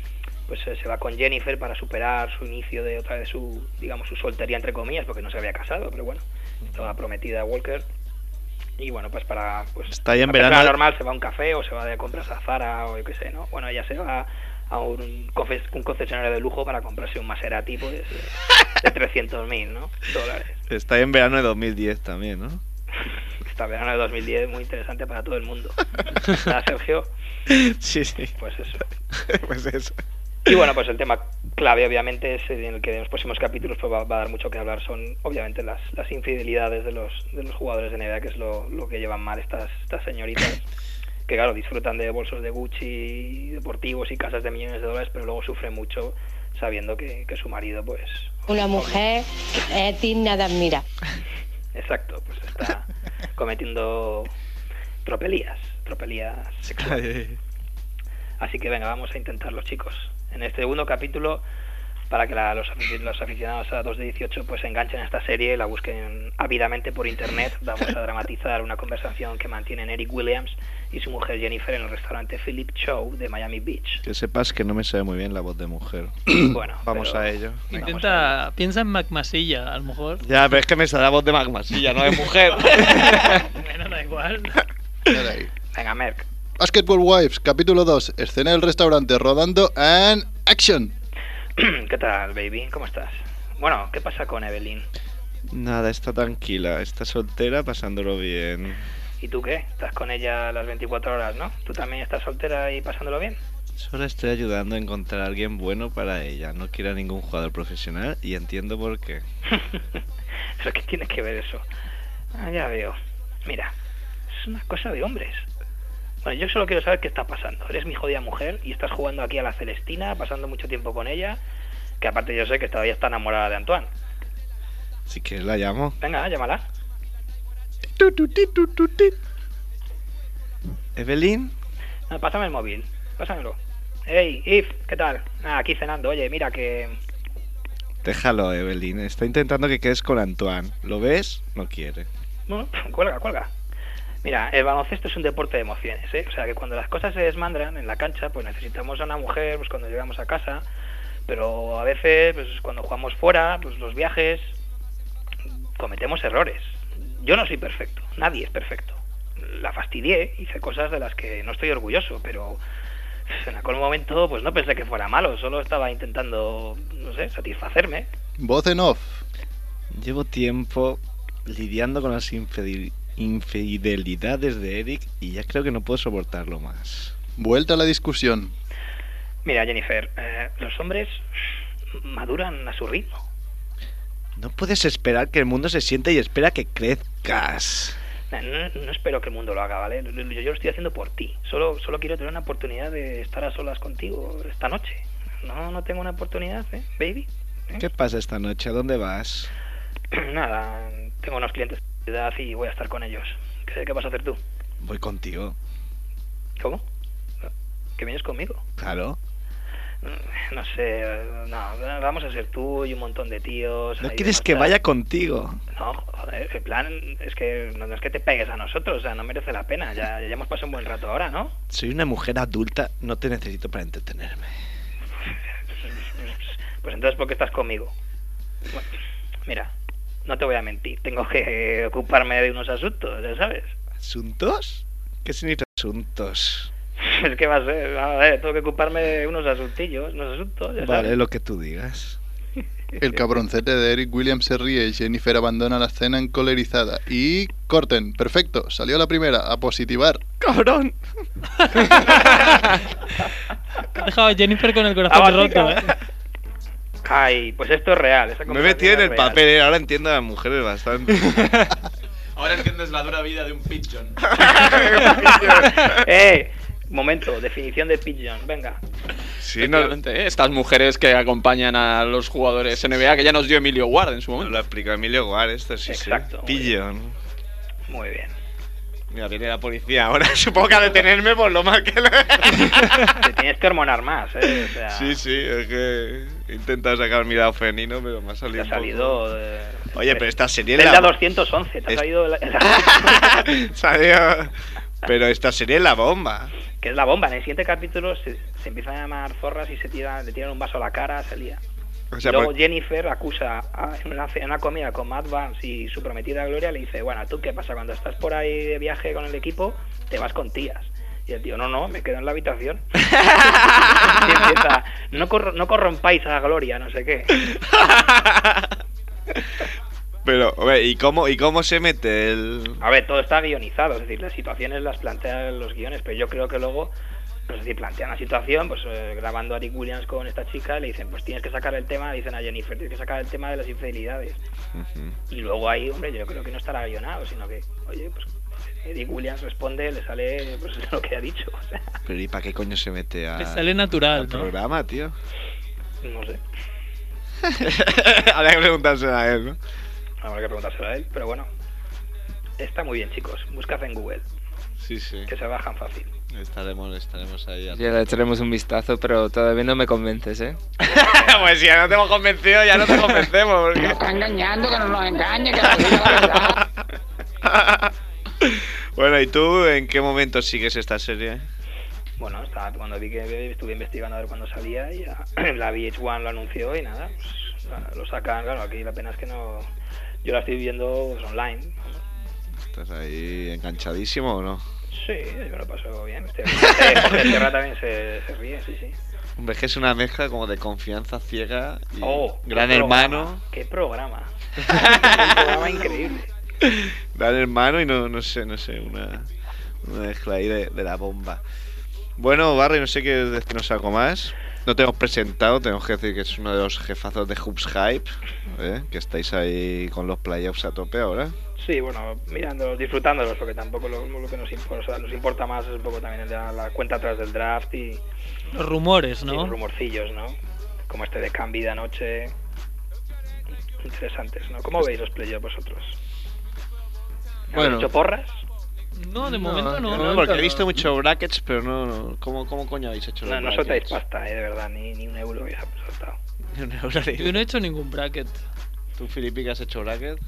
pues eh, se va con Jennifer para superar su inicio de otra vez su, digamos, su soltería entre comillas, porque no se había casado, pero bueno, estaba prometida a Walker. Y bueno, pues para pues
Está ahí en
la
verano.
persona normal se va a un café o se va de compras a Zara o yo qué sé, ¿no? Bueno, ella se va a un, confe- un concesionario de lujo para comprarse un Maserati pues, eh, de 300.000 ¿no? dólares.
Está ahí en verano de 2010 también,
(laughs)
¿no?
Esta verano de 2010 muy interesante para todo el mundo. (laughs) ¿Verdad, Sergio?
Sí, sí.
(laughs)
Pues eso.
pues eso.
Y bueno, pues el tema clave, obviamente, es en el que en los próximos capítulos pues, va, va a dar mucho que hablar. Son, obviamente, las, las infidelidades de los, de los jugadores de NBA, que es lo, lo que llevan mal estas, estas señoritas. Que, claro, disfrutan de bolsos de Gucci, deportivos y casas de millones de dólares, pero luego sufren mucho sabiendo que, que su marido, pues,
Una mujer es digna de admirar.
exacto, pues está cometiendo tropelías, tropelías
(laughs)
Así que venga, vamos a intentarlo, chicos. En este segundo capítulo para que la- los, afici- los aficionados a 2 de 18 pues se enganchen a esta serie y la busquen ávidamente por internet. Vamos a dramatizar una conversación que mantienen Eric Williams y su mujer Jennifer en el restaurante Philip Chow de Miami Beach.
Que sepas que no me sabe muy bien la voz de mujer.
Bueno,
vamos
pero-
a ello.
Intenta, piensa en Mac Masilla, a
(laughs)
lo mejor. (laughs)
Ya, pero es que me sale la voz de magmasilla,
(laughs)
no de mujer.
bueno, da igual.
Venga, Merck. (clears throat)
Basketball Wives, capítulo 2, escena del restaurante, rodando and action.
¿Qué tal, baby? ¿Cómo estás? Bueno, ¿qué pasa con Evelyn?
Nada, está tranquila, está soltera, pasándolo bien.
¿Y tú qué? ¿Estás con ella las 24 horas, no? ¿Tú también estás soltera y pasándolo bien? (laughs)
Solo estoy ayudando a encontrar a alguien bueno para ella. No quiero a ningún jugador profesional y entiendo por qué.
¿Pero qué tiene que ver eso? Ah, ya veo. Mira, es una cosa de hombres. Bueno, yo solo quiero saber qué está pasando. Eres mi jodida mujer y estás jugando aquí a la Celestina, pasando mucho tiempo con ella, que aparte yo sé que todavía está enamorada de Antoine.
Si quieres la llamo.
Venga, llámala.
Evelyn,
Ah, Pásame el móvil, pásamelo. Hey, If, ¿qué tal? Ah, aquí cenando. Oye, mira que...
déjalo, Evelyn. Está intentando que quedes con Antoine. ¿Lo ves? No quiere.
Bueno, (laughs) cuelga, cuelga. Mira, el baloncesto es un deporte de emociones, ¿eh? O sea, que cuando las cosas se desmandran en la cancha, pues necesitamos a una mujer, pues cuando llegamos a casa, pero a veces, pues cuando jugamos fuera, pues los viajes, cometemos errores. Yo no soy perfecto, nadie es perfecto. La fastidié, hice cosas de las que no estoy orgulloso, pero (laughs) en algún momento, pues no pensé que fuera malo, solo estaba intentando, no sé, satisfacerme.
Voz en off.
Llevo tiempo lidiando con las infidel- infidelidades de Eric y ya creo que no puedo soportarlo más.
Vuelta a la discusión.
Mira, Jennifer, eh, los hombres maduran a su ritmo.
No puedes esperar que el mundo se siente y espera que crezcas.
Nah, No, no espero que el mundo lo haga, ¿vale? Lo- lo- Yo lo estoy haciendo por ti. Solo, solo quiero tener una oportunidad de estar a solas contigo esta noche. No, no tengo una oportunidad, ¿eh, baby? (clears throat)
¿Qué pasa esta noche? ¿A dónde vas?
Nada, tengo unos clientes en la ciudad y voy a estar con ellos. ¿Qué, qué vas a hacer tú?
Voy contigo.
¿Cómo? ¿Que vienes conmigo?
Claro.
Mm, No sé, eh, no, vamos a ser tú y un montón de tíos.
¿No
Pues ahí
quieres
de
que
nuestra-
vaya contigo?
No, joder, el plan es que no, no es que te pegues a nosotros, o sea, no merece la pena. Ya, ya hemos pasado un buen rato ahora, ¿no?
Soy una mujer adulta, no te necesito para entretenerme.
Pues entonces, ¿por qué estás conmigo? Bueno, mira, no te voy a mentir, tengo que ocuparme de unos asuntos, ya sabes. (laughs)
¿Asuntos? ¿Qué significa asuntos?
Es que va a ser, a ver, tengo que ocuparme de unos asuntillos, unos asuntos, ya
Vale,
sabes.
lo que tú digas.
El cabroncete de Eric Williams se ríe, Jennifer abandona la escena encolerizada y corten. Perfecto, salió la primera, a positivar.
¡Cabrón!
Te ha dejado a Jennifer con el corazón
Ah,
roto, ¿eh?
Ay, pues esto es real. esa
Me metí en
conversación es
el
real.
papel, eh, ahora entiendo a las mujeres (laughs) bastante.
Ahora entiendes la dura vida de un pigeon.
(laughs) eh, momento, definición de pigeon, venga.
Sí, no... ¿eh? Estas mujeres que acompañan a los jugadores NBA que ya nos dio Emilio Ward en su momento.
Lo explicó Emilio Ward, esto sí. Exacto. Pillón.
Muy bien.
Mira, viene la policía ahora. (laughs) Supongo que a detenerme por pues, lo mal que le.
(laughs) Te tienes que hormonar más, eh. O sea,
Sí, sí, es que he intentado sacar mi lado femenino, pero me ha salido.
te ha
un poco.
salido. eh,
Oye, pero esta serie
Zelda
la.
211, te ha
Es-
salido la,
(laughs) Salió- Pero esta serie es la bomba.
que es la bomba. En el siguiente capítulo se, se empiezan a llamar zorras y se tiran, le tiran un vaso a la cara, se lía.
O sea,
Luego
pues-
Jennifer acusa a, en, una, ce- en una comida con Matt Vance y su prometida Gloria, le dice, bueno, ¿tú qué pasa? Cuando estás por ahí de viaje con el equipo, te vas con tías. Y el tío, no, no, me quedo en
(laughs)
la habitación. Y empieza, no, corro- no corrompáis a Gloria, no sé qué.
Pero, hombre, ¿y cómo, ¿y cómo se mete el...?
A ver, todo está guionizado, es decir, las situaciones las plantean los guiones, pero yo creo que luego, pues, es decir, plantean la situación, pues eh, grabando a Rick Williams con esta chica, le dicen, pues tienes que sacar el tema, le dicen a Jennifer, tienes que sacar el tema de las infidelidades. Y luego ahí, hombre, yo creo que no estará guionado, sino que, oye, pues Rick Williams responde, le sale pues, (laughs) lo que ha dicho, o sea,
Pero ¿y para qué coño se mete a...
Le
(laughs)
sale natural,
al
¿no?
programa, tío?
no sé,
Habría que preguntárselo a él, ¿no?
habrá que preguntárselo a él, pero bueno, está muy bien, chicos, buscad en Google.
Sí, sí.
que se bajan fácil.
Estaremos, estaremos ahí.
(laughs) Ya le echaremos un vistazo, pero todavía no me convences, ¿eh?
(laughs)
pues si ya no te hemos convencido, ya no te convencemos. porque-
Está engañando, que no nos engañe, que
(laughs)
nos diga la verdad.
Bueno, ¿y tú en qué momento sigues esta serie?
Bueno, estaba, cuando vi que estuve investigando a ver cuándo salía y ya, (clears throat) la VH1 lo anunció y nada, pues, la- lo sacan, claro, aquí la pena es que no... Yo la estoy viendo pues, online.
¿Estás ahí enganchadísimo o no?
Sí, yo lo paso (laughs) bien. Este, este- Jorge Sierra también se, se ríe, sí, sí.
Hombre, es que es una mezcla como de confianza ciega y
Oh, qué
gran
programa,
hermano.
¡Qué
(laughs)
programa! Un programa increíble.
Gran hermano y no, no sé, no sé, una, una mezcla ahí de, de la bomba. Bueno, Barry, no sé qué decirnos algo más. No te hemos presentado, tenemos que decir que es uno de los jefazos de Hoops Hype, ¿eh? que estáis ahí con los playoffs a tope ahora.
Sí, bueno, mirándolos, disfrutándolos, porque tampoco lo, lo que nos importa, o sea, nos importa más es un poco también la, la cuenta atrás del draft y...
Los rumores,
y
¿no?
los rumorcillos, ¿no? Como este de Cambi de anoche. Interesantes, ¿no? ¿Cómo veis los playoffs vosotros?
Bueno.
¿Hecho porras?
No, de momento no.
porque he visto muchos brackets, pero no, no. ¿Cómo, cómo coño habéis hecho
No,
los
no
brackets? (laughs)
soltáis pasta, ¿eh? De verdad, ni, ni un euro habéis soltado.
Un euro de-
Yo no he hecho ningún bracket.
¿Tú, Filipe, que has hecho bracket?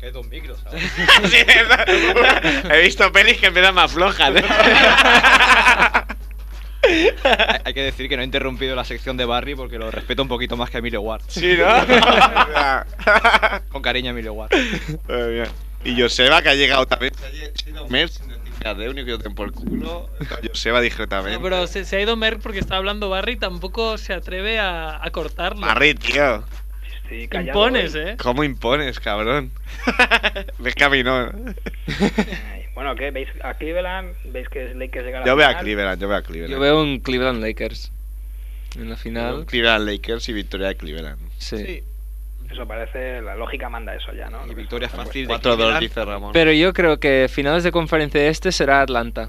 Hay dos micros (laughs) ahora.
Sí,
(laughs)
es- He visto pelis que empiezan más flojas.
¿eh? Hay- Hay que decir que no he interrumpido la sección de Barry porque lo respeto un poquito más que Emilio Ward.
Sí, ¿no?
(laughs)
Con cariño a Emilio Ward.
Madre mía. Y Joseba, que ha llegado también. Se ha lle- se ha ido un mes sin decir adeu ni que yo te por culo. A Joseba
No,
discretamente.
pero se, se ha ido Merck porque está hablando Barry y tampoco se atreve a, a cortarlo.
Barry, tío.
Estoy callado.
Impones,
hoy.
¿eh?
¿Cómo impones, cabrón? (laughs) Ves
(laughs)
camino.
Bueno, ¿qué? ¿Veis a Cleveland? ¿Veis que Lakers llega a la
Yo veo a
final?
Cleveland, yo veo a Cleveland.
Yo veo un Cleveland Lakers en la
Un
final.
Cleveland Lakers y victoria de Cleveland.
Sí.
Eso parece, la lógica manda eso ya, ¿no? Y victoria
fácil de 4-2 dice Ramón.
Pero yo creo que finales de conferencia este será Atlanta.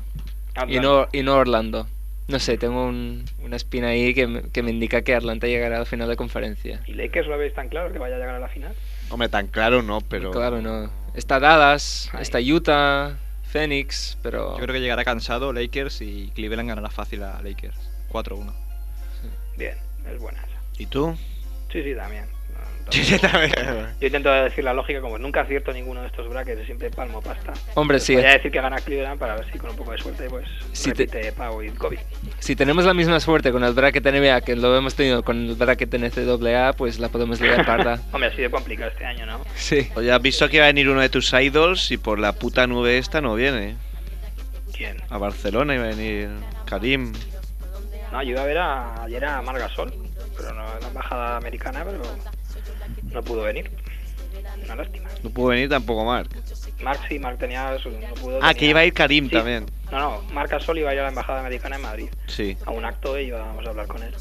Y no, y no Orlando. No sé, tengo un- una espina ahí que, me- que me indica que Atlanta llegará a la final de conferencia.
¿Y Lakers lo veis tan claro que vaya a llegar a la final?
Hombre, tan claro no, pero.
Claro, no. Está Dallas, está Utah, Phoenix, pero...
Yo creo que llegará cansado Lakers y Cleveland ganará fácil a Lakers. 4-1.
Bien, es buena. esa.
(laughs)
¿Y tú?
Sí, sí, también. No,
Yo también.
Yo intento decir la lógica, como nunca acierto ninguno de estos brackets, siempre palmo pasta.
Hombre,
Pues
sí.
eh.
Voy a decir que gana Cleveland para ver si con un poco de suerte pues
Si te-
repite Pau y Kobe.
Si tenemos la misma suerte con el bracket NBA que lo hemos tenido con el bracket NCAA, pues la podemos liar (laughs) parda.
(laughs) Hombre, ha sido complicado este año, ¿no?
Sí.
Oye, has visto que va a venir uno de tus idols y por la puta nube esta no viene.
¿Quién?
A Barcelona iba a venir Karim.
No, yo iba a ver a, ayer a Margasol, pero no en la embajada americana, pero no pudo venir. Una lástima.
No pudo venir tampoco Mark.
Marc sí, Marc tenía su... No pudo,
Ah,
tenía-
que iba a ir Karim
Sí.
también.
No, no, Marc Gasol iba a ir a la embajada americana en Madrid.
Sí.
A un acto y íbamos a hablar con él.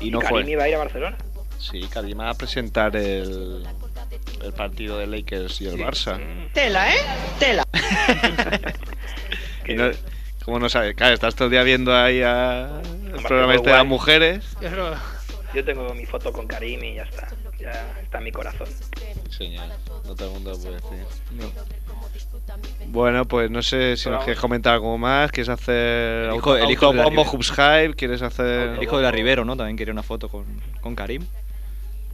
Y no
Karim
fue.
iba a ir a Barcelona.
Sí, Karim va a presentar el, el partido de Lakers y el Barça.
Tela, ¿eh? Tela.
(laughs) Y no- ¿Cómo no sabes? Claro, estás todo el día viendo ahí a... el programa
qué
este de las
guay.
mujeres.
Yo tengo mi foto con Karim y ya está. Ya está en mi corazón.
Señor, no todo el mundo puede decir. Bueno, pues no sé si nos quieres comentar algo más. ¿Quieres hacer
El hijo- el hijo de la
autobombo
Rivera.
Hoops Hype? ¿Quieres hacer...?
El hijo de la Rivero, ¿no? También quería una foto con, con Karim.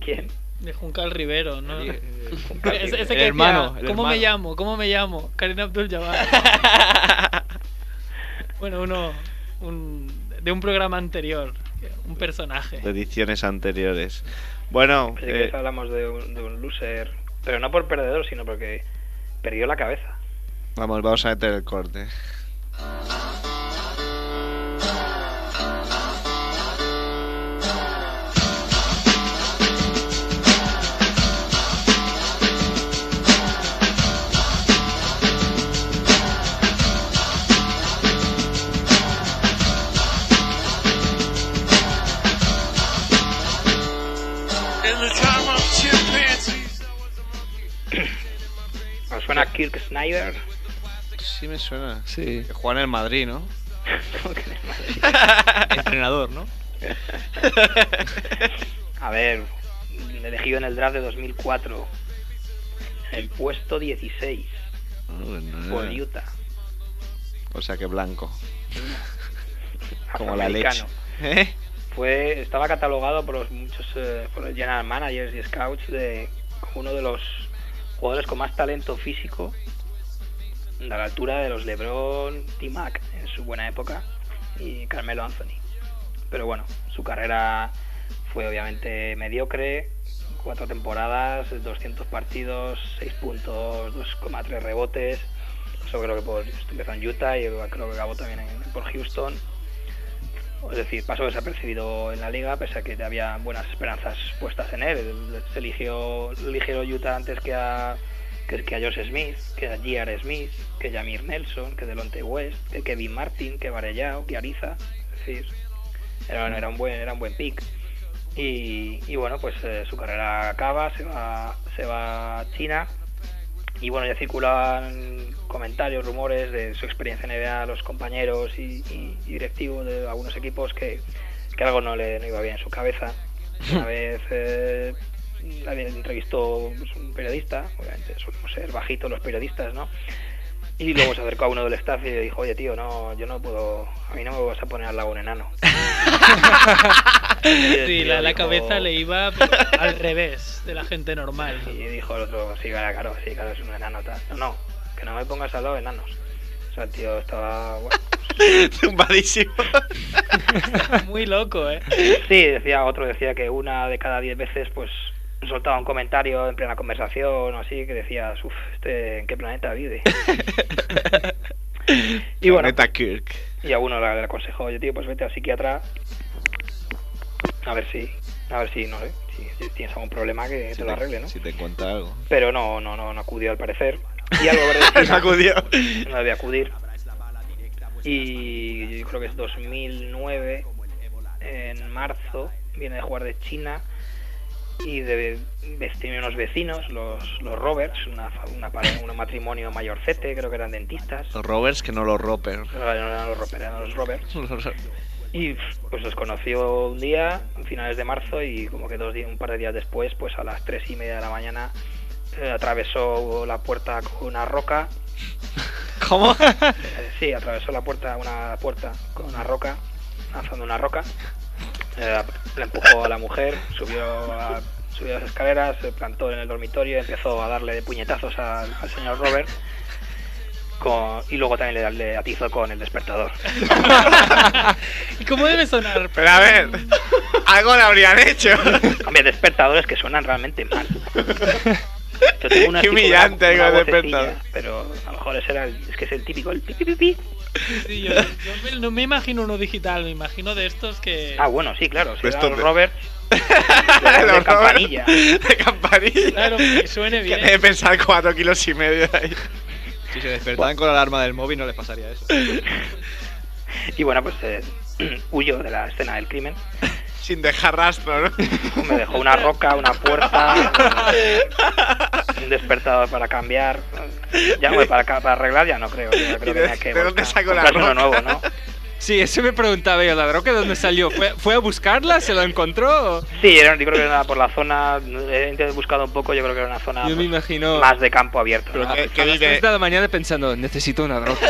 ¿Quién? eh,
De Juncal Rivero, ¿no?
Juncal
(laughs)
Rivero.
Ese- ese que
El
decía,
hermano, el
¿Cómo me
hermano".
llamo? ¿Cómo me llamo? Karina Abdul Jabbar. bueno, uno. un- de un programa anterior.
(laughs)
Un personaje.
de ediciones anteriores. Bueno,
Así que
eh,
hablamos de un, de un loser, pero no por perdedor, sino porque perdió la cabeza.
vamos, vamos a meter el corte.
¿Os suena Kirk Snyder?
Sí me suena.
Sí.
Que juega en el Madrid, ¿no?
(laughs)
(laughs)
Entrenador,
(laughs)
¿no?
A ver, elegido en el draft de 2004.
Ah.
eh.
El puesto 16 por Utah.
O sea que blanco. Como la leche.
Americano.
¿Eh?
Fue, estaba catalogado por los muchos eh, por los general managers y scouts de como uno de los jugadores con más talento físico a la altura de los LeBron, T-Mac en su buena época y Carmelo Anthony. Pero bueno, su carrera fue obviamente mediocre, cuatro temporadas, 200 partidos, 6 puntos, 2,3 rebotes. Eso creo que por, empezó en Utah y creo que acabó también en- por Houston. Es decir, pasó desapercibido en la liga, pese a que había buenas esperanzas puestas en él. Se eligió, eligió Utah antes que a, que, que a Josh Smith, que a J.R. Smith, que Jamir Nelson, que Delonte West, que Kevin Martin, que Varellao, que Ariza. Es decir, era, era un buen era un buen pick y, y bueno pues eh, su carrera acaba se va se va a China y bueno ya circulan comentarios rumores de su experiencia en NBA los compañeros y, y- y directivos de algunos equipos que, que algo no le no iba bien en su cabeza
(laughs)
una vez eh, la le entrevistó pues, un periodista obviamente solemos ser bajitos los periodistas no y luego se acercó a uno del staff y le dijo, oye tío, no, yo no puedo, a mí no me vas a poner al lado
(laughs)
un enano.
Sí, la, la
dijo-
cabeza le iba pero al revés de la gente normal.
(laughs) Y dijo el otro, sí, claro, claro, sí, claro, es un enano tal. No, no, que no me pongas al lado de enanos. O sea, el tío estaba... Bueno, pues,
Tumbadísimo.
Muy loco, ¿eh?
Sí, decía otro, decía que una de cada diez veces, pues, soltaba un comentario en plena conversación o así, que decía, uff, este, ¿en qué planeta vive? y bueno,
Planeta Kirk.
Y a uno le, le aconsejó, oye tío, pues vete al psiquiatra. A ver si, a ver si, no sé, si, si tienes algún problema que te lo arregle, ¿no?
Si te cuenta algo.
Pero no, no, no, no acudió al parecer. Y algo
(laughs)
verde.
No acudió.
No debía acudir. Y yo creo que es 2009, en marzo, viene de jugar de China y de vestirme unos vecinos, los, los Roberts, una, fa- una, pare- un matrimonio mayorcete, creo que eran dentistas.
Los Roberts que no los Roper.
No eran los Roper, eran los Roberts. Y pues los conoció un día, a finales de marzo, y como que dos días, un par de días después, pues a las tres y media de la mañana, eh, atravesó la puerta con una roca. eh,
¿Cómo?
sí, atravesó la puerta, una puerta con una roca, lanzando una roca. Eh, la empujó a la mujer, subió, a- subió las escaleras, se plantó en el dormitorio, empezó a darle puñetazos al, al señor Robert. con- y luego también le, le atizó con el despertador.
(laughs) ¿Y cómo debe sonar?
Pero a ver, algo le habrían hecho.
Hombre, despertadores que suenan realmente mal. Yo tengo una
Qué
así con
humillante
una-
algo de
vocecilla,
despertador.
Pero a lo mejor ese era el, es que es el típico, el pi, pi, pi, pi.
Sí, yo, yo me- no me imagino uno digital, me imagino de estos que...
Ah, bueno, sí, claro. Si
Pues
era
esto
los
(laughs)
de-
Robert.
Los
de
Roberts.
campanilla.
De campanilla.
Claro, que suene
bien. Que debe pensar cuatro kilos y medio
(laughs)
ahí.
Si se despertaban con la alarma del móvil no les pasaría eso.
Y bueno, pues eh, (clears throat) huyó de la escena del crimen.
(laughs) Sin dejar rastro, ¿no?
(laughs) Me dejó una roca, una puerta, un despertador para cambiar. Ya, hombre, para, ca- para arreglar ya no creo. Yo creo que tenía que buscar- comprarse uno nuevo, ¿no?
Sí, eso me preguntaba yo, la droga de dónde salió. ¿Fue, fue a buscarla? ¿Se la encontró?
Sí, era- yo creo que era por la zona, he buscado un poco, yo creo que era una zona
Yo me
pues,
imagino-
más de campo abierto.
Pero
¿no?
que, a las tres de la mañana pensando, necesito una droga.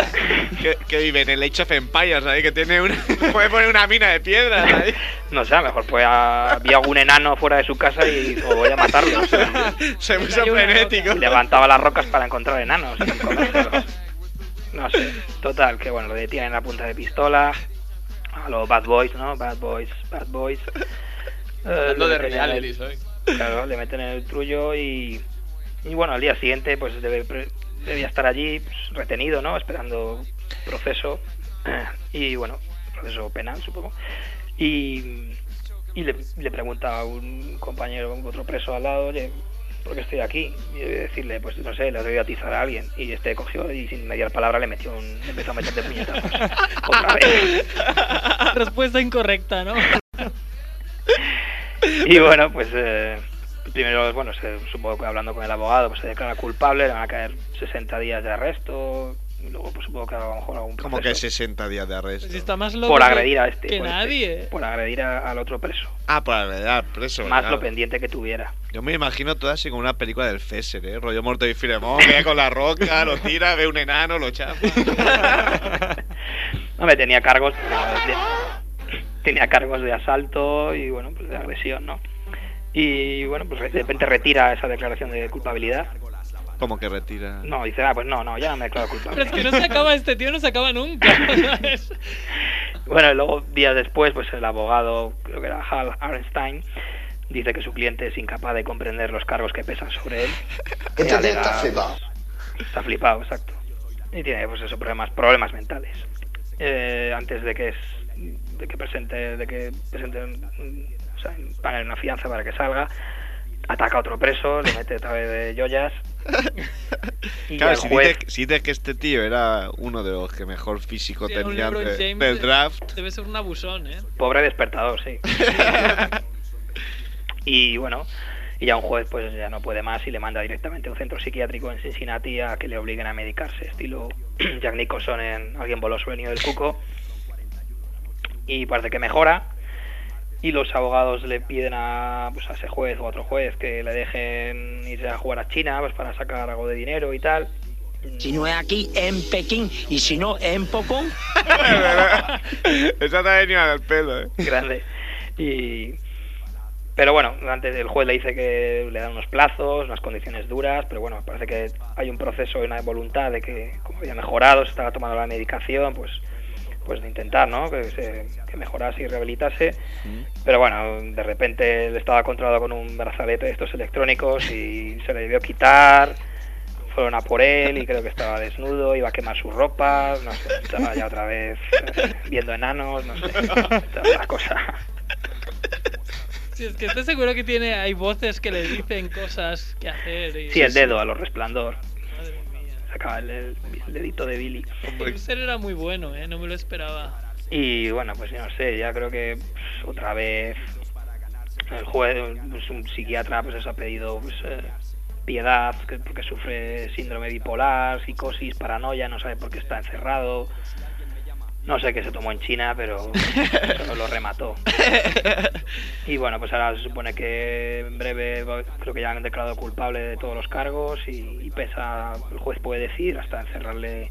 Que, que vive en el Age of Empires, ahí, que tiene una. Puede poner una mina de
(laughs)
piedras ahí.
No sé, a lo mejor pues, a- había algún enano fuera de su casa y dijo, voy a matarlo. o sea,
(laughs) Se puso frenético.
y levantaba las rocas para encontrar enanos. y comérselos. No sé, total, que bueno, lo detienen a punta de pistola, a los bad boys, ¿no? Bad boys, bad boys. Eh,
Hablando
le
de
meten en el-
realities hoy.
Claro, le meten en el trullo y, y bueno, al día siguiente pues debe, pre- debía estar allí pues, retenido, ¿no? Esperando proceso (clears throat) y bueno, proceso penal supongo. Y, y le, le pregunta a un compañero, otro preso al lado, oye, ¿por qué estoy aquí? Y debe decirle, pues no sé, le debe atizar a alguien. Y este cogió y sin mediar palabra le metió un, le empezó a meter de puñetazos. (laughs) Otra vez.
(laughs) Respuesta incorrecta, ¿no?
Y bueno, pues eh, primero, bueno, se- supongo que hablando con el abogado, pues se declara culpable, le van a caer 60 días de arresto, Y luego, pues supongo que a lo mejor algún
Como que 60 días de arresto.
Si está más loco
Por
que-
agredir a este.
que
por este,
nadie. Pues
por agredir a- al otro preso.
Ah, para verdad, preso.
más
claro.
lo pendiente que tuviera.
Yo me imagino todo así como una película del Fesser, ¿eh? Rollo Morto y Filemón, que con la roca, lo tira, ve un enano, lo chapa.
No me tenía cargos. de- tenía cargos de asalto y bueno, pues de agresión, ¿no? Y bueno, pues de repente retira esa declaración de culpabilidad.
Como que retira.
No, dice, ah, pues no, no, ya no me declaro culpable.
Pero es que no se acaba este tío, no se acaba nunca. ¿sabes?
Bueno, y luego días después, pues el abogado, creo que era Hal Arenstein, dice que su cliente es incapaz de comprender los cargos que pesan sobre él.
Este tío
alega-
está flipado.
Está flipado, exacto. Y tiene, pues eso, problemas, problemas mentales. Eh, antes de que es- de que presente, de que presente, mm, o sea, pagar una fianza para que salga, ataca a otro preso, le mete otra vez
(laughs)
de joyas. Y
Claro,
al
si
juez-
dices, si dices que este tío era uno de los que mejor físico
Tiene un
tenía
LeBron
de-
James eh.
del draft.
Debe ser un abusón, ¿eh?
Pobre despertador, sí. y bueno, y ya un juez pues ya no puede más y le manda directamente a un centro psiquiátrico en Cincinnati a que le obliguen a medicarse, estilo (clears throat) Jack Nicholson en Alguien voló sobre el nido del cuco. Y parece que mejora. Y los abogados le piden a, pues, a ese juez o a otro juez que le dejen irse a jugar a China pues, para sacar algo de dinero y tal.
Si no es aquí, en Pekín. Y si no, en Pocón.
Esa te ha venido al pelo, ¿eh?
grande. Y... Pero bueno, antes el juez le dice que le dan unos plazos, unas condiciones duras, pero bueno, parece que hay un proceso y una voluntad de que, como había mejorado, se estaba tomando la medicación, pues pues de intentar, ¿no? Que, se- que mejorase y rehabilitase. Pero bueno, de repente él estaba controlado con un brazalete de estos electrónicos y se le debió quitar. Fueron a por él y creo que estaba desnudo, iba a quemar su ropa, no sé, estaba ya otra vez eh, viendo enanos, no sé, estaba la cosa.
Si es que estoy seguro que tiene, hay voces que le dicen cosas que hacer. Y...
Sí, el dedo a los resplandor. Sacaba el, el- el dedito de Billy.
Dexter era muy bueno, ¿eh? No me lo esperaba.
Y bueno, pues yo no sé, ya creo que pues, otra vez el juez, pues, un psiquiatra, pues eso, ha pedido pues, eh, piedad, que- porque sufre síndrome bipolar, psicosis, paranoia, no sabe por qué está encerrado. No sé qué se tomó en China, pero eso lo remató. Y bueno, pues ahora se supone que en breve va- creo que ya han declarado culpable de todos los cargos y, y pesa, el juez puede decir, hasta encerrarle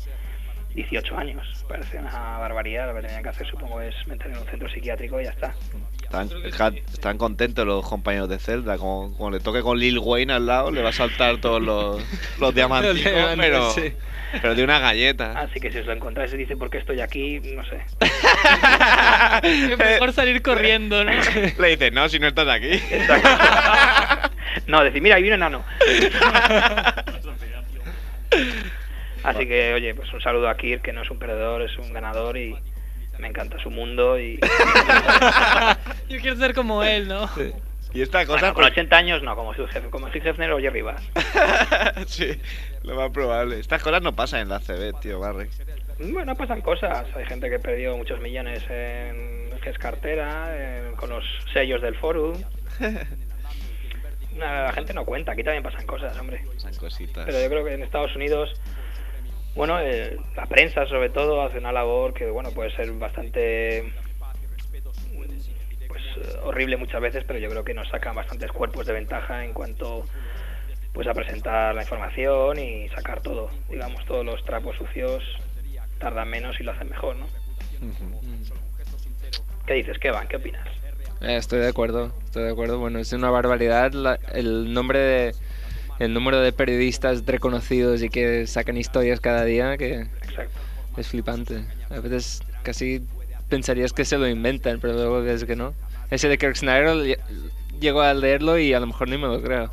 18 años. Parece una barbaridad, lo que tenían que hacer supongo es meterlo en un centro ppsiquiátrico y ya está.
Están, ja- están contentos los compañeros de Zelda. Como, como le toque con Lil Wayne al lado, le va a saltar todos
(laughs)
los, los diamantes.
Los diamantes,
pero,
sí.
pero de una galleta.
Así que si os lo encontráis y dice por qué estoy aquí, no sé.
(laughs) Es mejor salir
(laughs)
corriendo, ¿no?
Le dices, no, si no estás aquí.
No, decir, mira, ahí viene enano. (laughs) Así que, oye, pues un saludo a Kir, que no es un perdedor, es un ganador y me encanta su mundo y...
Yo quiero ser como él, ¿no?
(laughs) Y esta pues-
cosa... con 80 años no, como su jefe, como Hugh Hefner o Jerry Bass.
(laughs) sí, lo más probable. Estas cosas no pasan en la CB, tío, Barry.
Bueno, pasan cosas. Hay gente que perdió muchos millones en que es cartera, en- con los sellos del
(laughs)
forum. Nah, La gente no cuenta, aquí también pasan cosas, hombre.
Pasan cositas.
Pero yo creo que en Estados Unidos, bueno, eh, la prensa sobre todo hace una labor que, bueno, puede ser bastante pues eh, horrible muchas veces, pero yo creo que nos sacan bastantes cuerpos de ventaja en cuanto pues a presentar la información y sacar todo, digamos, todos los trapos sucios tardan menos y lo hacen mejor, ¿no? ¿Qué dices, ¿Qué van? ¿Qué opinas?
Eh, estoy de acuerdo, estoy de acuerdo. Bueno, es una barbaridad la- el nombre de, el número de periodistas reconocidos y que sacan historias cada día que
Exacto.
es flipante. A veces casi pensarías que se lo inventan, pero luego ves que no. Ese de Kirk Snyder ll- llego a leerlo y a lo mejor ni me lo creo.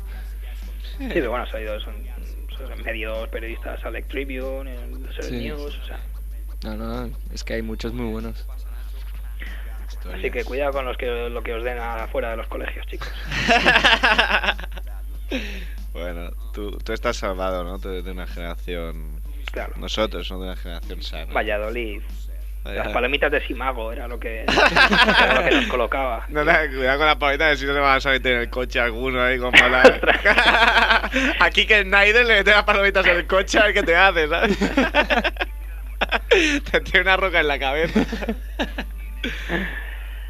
Sí, pero bueno, ha salido son, son medios periodistas, Alec Tribune, el Deseret
Sí.
News, o sea,
No, no, es que hay muchos muy buenos.
así que cuidado con los que lo que os den afuera de los colegios,
(laughs)
chicos.
Bueno, tú, tú estás salvado, ¿no? Tú eres de una generación.
Claro.
Nosotros somos de una generación sana.
Valladolid. Las
Vaya.
palomitas de Simago era
(laughs)
lo que, era lo que nos colocaba.
No, no, cuidado con las palomitas, que si no te vas a meter en el coche alguno ahí
(laughs)
con (laughs) (laughs) mala. Aquí que Snyder le mete las palomitas en el coche a ver qué te hace, ¿sabes?
Te tiene una roca en la cabeza.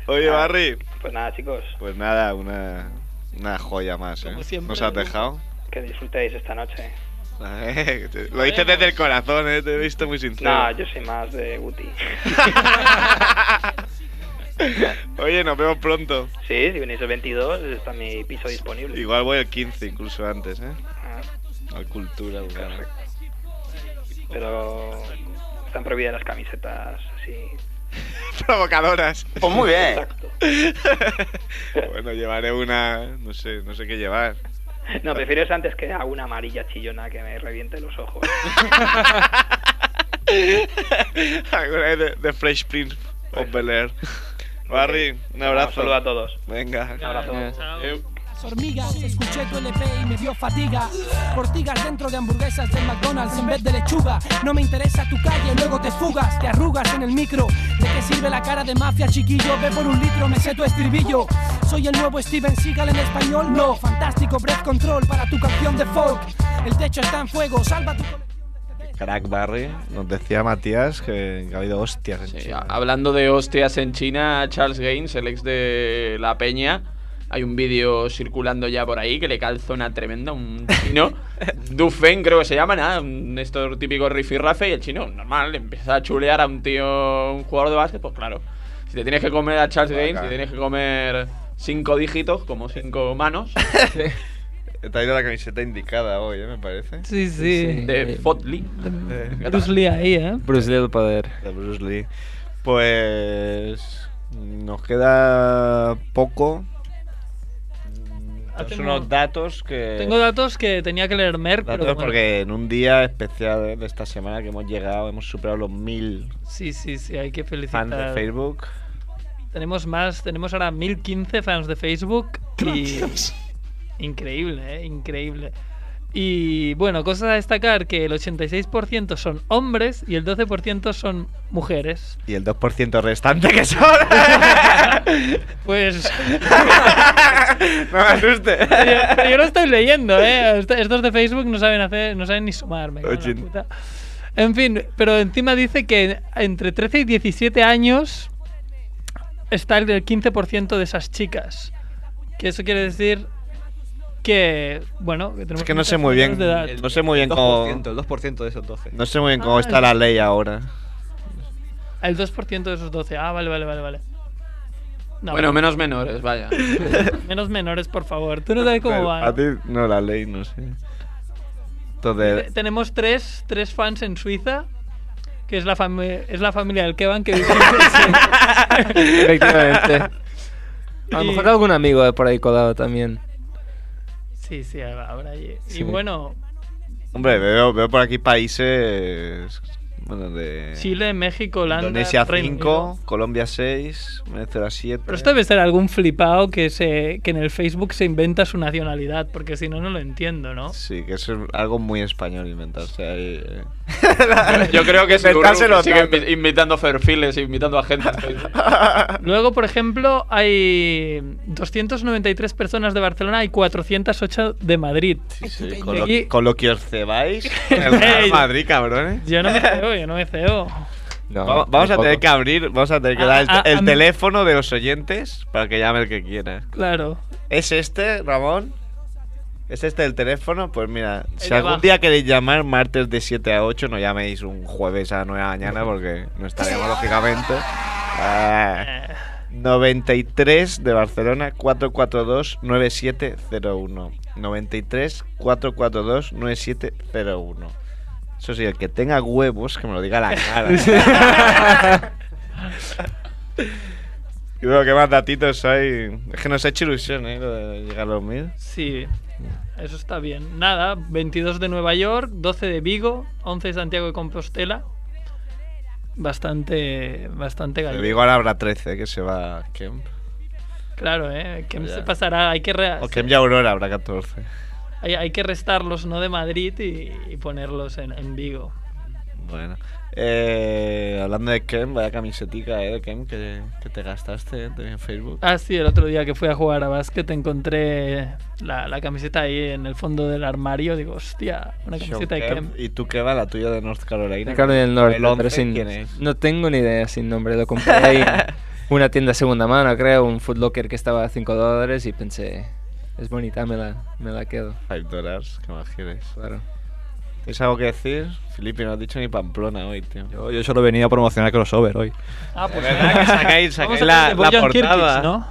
Oye,
Ah,
Barry.
Pues nada, chicos,
Pues nada, una, una joya más, ¿eh?
Como siempre,
Nos has
Lujo.
dejado. (laughs)
que disfrutéis esta noche.
Eh, te- Lo dices desde el corazón, ¿eh? Te he visto muy sincero.
No, yo soy más de Guti.
(laughs) Oye, nos vemos pronto.
sí, si venís el 22, está mi piso disponible.
Igual voy el 15, incluso antes, ¿eh?
Ah,
Al cultura, claro.
Pero están prohibidas las camisetas así.
(laughs) Provocadoras.
Pues muy bien.
bueno, llevaré una. No sé, no sé qué llevar.
No, prefiero eso antes que alguna amarilla chillona que me reviente los ojos.
(laughs) Alguna vez de, de Fresh Prince of Bel Air. Barry, un abrazo.
saludo a todos.
Venga.
Un abrazo.
Eh,
Hormigas, escuché tu LP y me dio fatiga. Ortigas dentro de hamburguesas del McDonald's en vez de lechuga. No me interesa tu calle, luego te fugas, te arrugas en el micro. ¿De qué sirve la cara de mafia, chiquillo? Ve por un litro, me sé tu estribillo. Soy el nuevo Steven Seagal en español, no. Fantástico breath control para tu canción de folk. El techo está en fuego, salva tu.
Crack Barry. Nos decía Matías que, que ha habido hostias en China.
Hablando de hostias en China, Charles Gaines, el ex de La Peña, hay un vídeo circulando ya por ahí que le calza una tremenda, un
(laughs)
chino, Dufen creo que se llama, nada, un estos típicos rifirrafe y el chino, normal, le empieza a chulear a un tío, un jugador de básquet, pues claro, si te tienes que comer a Charles Gaines, si tienes que comer cinco dígitos, como cinco
(laughs)
manos,
He traído la camiseta indicada hoy, ¿eh? Me parece.
Sí, sí.
de Fotli.
Bruce Lee ahí, ¿eh?
Bruce Lee al poder. De Bruce Lee. Pues. Nos queda poco.
Hacemos-
Son unos datos que.
Tengo datos que tenía que leer Merck,
datos
pero bueno.
porque en un día especial eh, de esta semana que hemos llegado, hemos superado los mil
Sí, sí, sí, hay que felicitar.
fans de Facebook.
Tenemos más, tenemos ahora 1015 fans de Facebook y increíble, ¿eh? increíble. Y bueno, cosa a destacar que el 86% son hombres y el 12% son mujeres.
Y el 2% restante que son.
Pues
no me asuste.
yo, yo lo estoy leyendo, ¿eh? Est- Estos de Facebook no saben hacer, no saben ni sumarme.
Ochen.
En fin, pero encima dice que entre 13 y 17 años está el del 15% de esas chicas. Que eso quiere decir que, bueno, que tenemos
Es que no sé
muchas
muy bien.
menores de edad.
No sé muy bien cómo.
2%, el 2% de esos 12.
No sé muy bien cómo
Ah,
está la ley ahora.
El 2% de esos 12. Ah, vale, vale, vale, vale. No,
Bueno, menos menores, vaya.
(laughs) menos menores, por favor. Tú no sabes cómo
Pero
va.
A
¿no?
ti, no, la ley, no sé. Entonces,
Eh, Tenemos tres, tres fans en Suiza, que es la, fami- es la familia del Kevan que vive en Suiza.
(laughs) Efectivamente.
(laughs)
A lo
Y-
mejor algún amigo de por ahí codado también.
Sí, sí, habrá allí. Y
Sí.
bueno,
hombre, veo, veo por aquí países. Bueno, de.
Chile, México, Holanda,
Indonesia
Reino
5,
Unido.
Colombia 6, Venezuela 7.
Pero esto debe ser algún flipado que, se, que en el Facebook se inventa su nacionalidad, porque si no, no lo entiendo, ¿no?
Sí, que eso es algo muy español inventarse ahí.
(laughs)
eh.
Yo creo que seguro
Inventárselo
que siguen
tanto.
invi- invitando perfiles, invitando a gente.
Ah.
Luego, por ejemplo, hay 293 personas de Barcelona y 408 de Madrid.
Sí,
Y
con, lo,
aquí-
con lo que os cebáis.
(laughs)
El Real Madrid, cabrones.
(laughs)
Yo no me ceo, yo no me ceo.
vamos vamos a tener que abrir, vamos a tener que
A-
dar el,
a-
el
a mí-
teléfono de los oyentes para que llame el que quiera.
Claro.
¿Es este, Ramón? ¿Es este el teléfono? Pues mira, si
de
algún
abajo.
día queréis llamar martes de 7 a 8, no llaméis un jueves a 9 de la
(laughs)
mañana porque no estaremos lógicamente. Ah, 93 de Barcelona 442 9701. 93 442 9701. Eso sí, el que tenga huevos que me lo diga a la
(laughs)
(laughs) cara. Y luego, ¿qué más datitos hay? Es que nos ha hecho ilusión, ¿eh? Lo de llegar a los mil.
Sí, eso está bien. Nada, 22 de Nueva York, 12 de Vigo, 11 de Santiago de Compostela. Bastante, eh, bastante
Te
gallego.
digo, ahora habrá 13 que se va a Kemp.
Claro, ¿eh? ¿Qué
Ya.
se pasará? Hay que, re-
O Kemp y Aurora habrá 14.
hay, hay que restarlos, ¿no? De Madrid y, y ponerlos en, en Vigo.
Bueno. Eh, hablando de Kem, vaya camisetica, eh, de Kem, que, que te gastaste eh, en Facebook.
Ah, sí, el otro día que fui a jugar a básquet encontré la, la camiseta ahí en el fondo del armario. Digo, hostia, una camiseta de Kemp.
Showcamp. ¿Y tú qué va la tuya de North Carolina?
Claro, del norte,
El once,
pero sin-
¿quién es?
No tengo ni idea sin nombre. Lo compré ahí
(laughs)
en una tienda de segunda mano, creo, un Foot Locker que estaba a 5 dólares y pensé, es bonita, me la, me la quedo.
5 dólares, que más quieres.
Claro.
¿Tienes algo que decir? Felipe, no has dicho ni Pamplona hoy, tío.
Yo, yo solo venía a promocionar crossover hoy.
Ah, pues
verdad que
(laughs)
sacáis- sacáis la-
hablar de
la
Bojan Kirkic,
portada.
¿no?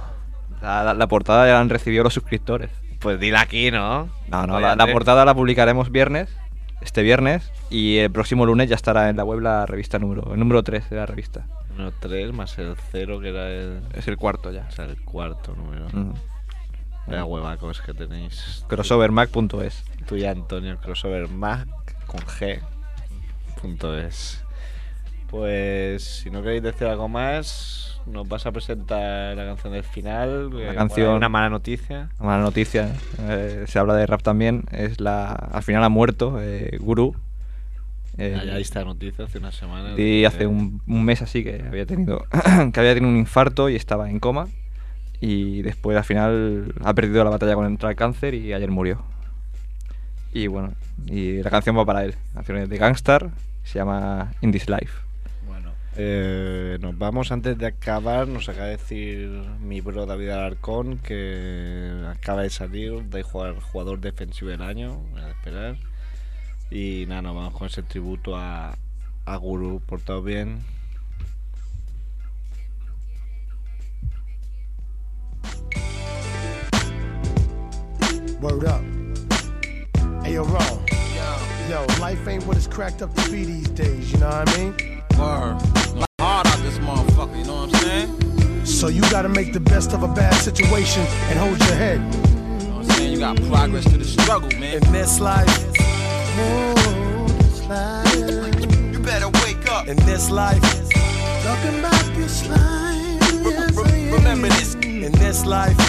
La, la- la portada ya la han recibido los suscriptores.
Pues dila aquí, ¿no?
No, no,
Vaya
la, la
tres.
portada la publicaremos viernes, este viernes, y el próximo lunes ya estará en la web la revista número, el número 3 de la revista.
Número 3 más el 0 que era el...
Es el cuarto ya.
O sea, el cuarto número.
Ujú.
Vaya huevacos que tenéis.
Crossovermac.es.
Tú y Antonio, crossover Mac con G. Punto es. Pues si no queréis decir algo más, nos vas a presentar la canción del final. que
La
por
canción-
ahí Una mala noticia.
La mala noticia, eh, se habla de rap también, es la... Al final ha muerto eh, Guru. Eh,
Allá esta noticia hace una semana.
Y
de-
hace un, un mes así que había tenido (clears throat) que había tenido un infarto y estaba en coma. Y después al final ha perdido la batalla contra el cáncer y ayer murió. Y bueno, y la canción va para él. La canción es de Gangstar, se llama In This Life.
Eh, nos vamos antes de acabar. Nos acaba de decir mi bro David Alarcón que acaba de salir de jugar jugador defensivo del año. Voy a esperar. Y nada, nos vamos con ese tributo a, a Guru. Portado bien.
Word up. Hey, yo, Ro. Yo, life ain't what it's cracked up to be these days, you know what I mean? Word. Hard out this motherfucker, you know what I'm saying? So you gotta make the best of a bad situation and hold your head. You know what I'm saying? You got progress to the struggle, man. In this life. You better wake up. In this life. Talking about this life. Remember this. In this life. Oh.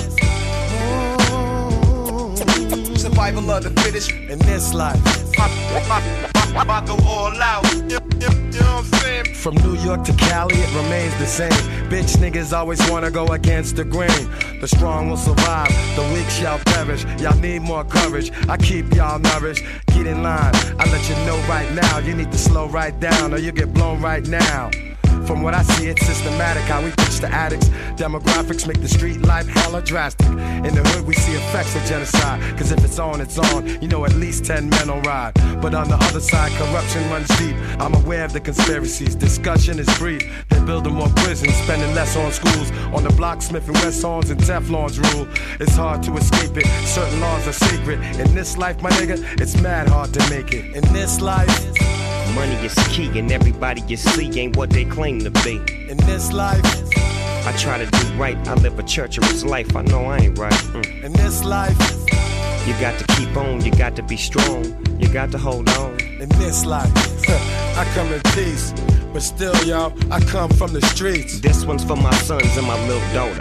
Survival of the fittest in this life. I, I- I- I go all out. You- you- you know what I'm saying? From New York to Cali, it remains the same. Bitch niggas always wanna go against the grain. The strong will survive, the weak shall perish. Y'all need more courage. I keep y'all nourished. Get in line. I let you know right now. You need to slow right down, or you get blown right now. From what I see, it's systematic how we pitch the addicts. Demographics make the street life hella drastic. In the hood, we see effects of genocide. Cause if it's on, it's on. You know, at least 10 men will ride. But on the other side, corruption runs deep. I'm aware of the conspiracies. Discussion is brief. They're building more prisons, spending less on schools. On the block, Smith and Wessons and Teflon's rule. It's hard to escape it. Certain laws are sacred. In this life, my nigga, it's mad hard to make it. In this life,
Money is key and everybody you see ain't what they claim to be.
in this life,
I try to do right, I live a churcher's life, I know I ain't right. Mm.
in this life,
You got to keep on, you got to be strong, you got to hold on.
in this life. I come in peace, but still, yo, I come from the streets.
This one's for my sons and my little daughter.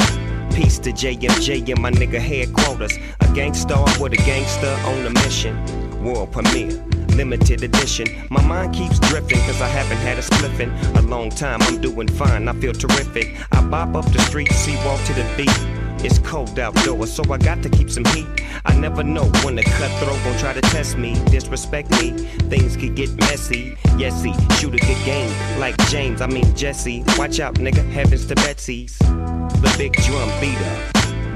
Peace to JMJ and my nigga headquarters. A gangstar with a gangster on a mission. World premiere, limited edition. My mind keeps drifting cause I haven't had a spliffin' a long time. I'm doing fine, I feel terrific. I bop up the street, see walk to the beat. It's cold outdoors, so I got to keep some heat. I never know when a cutthroat gon' try to test me, disrespect me. Things could get messy. Yes, he shoot a good game, like James, I mean Jesse. Watch out, nigga, heavens to Betsy's. The big drum beater.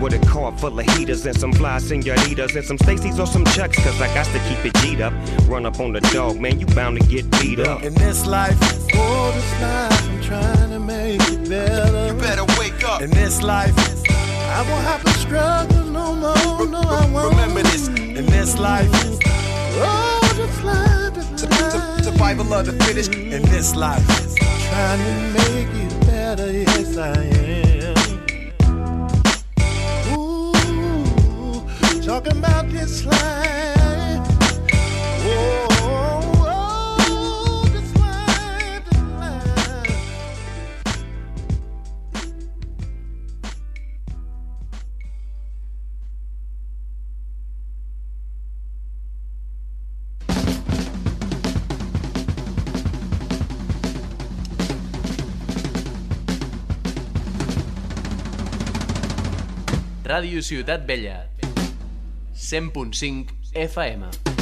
With a car full of heaters and some fly senoritas and some Stacy's or some Chucks, cause I got to keep it G'd up. Run up on the dog, man, you bound to get beat up.
In this life, oh, this life, I'm trying to make it better. You better wake up. In this life, I won't have to struggle no more. No, I won't. Remember this. In this life, oh, this life, this life. survival of the fittest. In this life, trying to make it better. Yes, I am. Ooh, talking about this life. Whoa, oh, this life, this life.
Ràdio Ciutat Vella. 100.5 FM.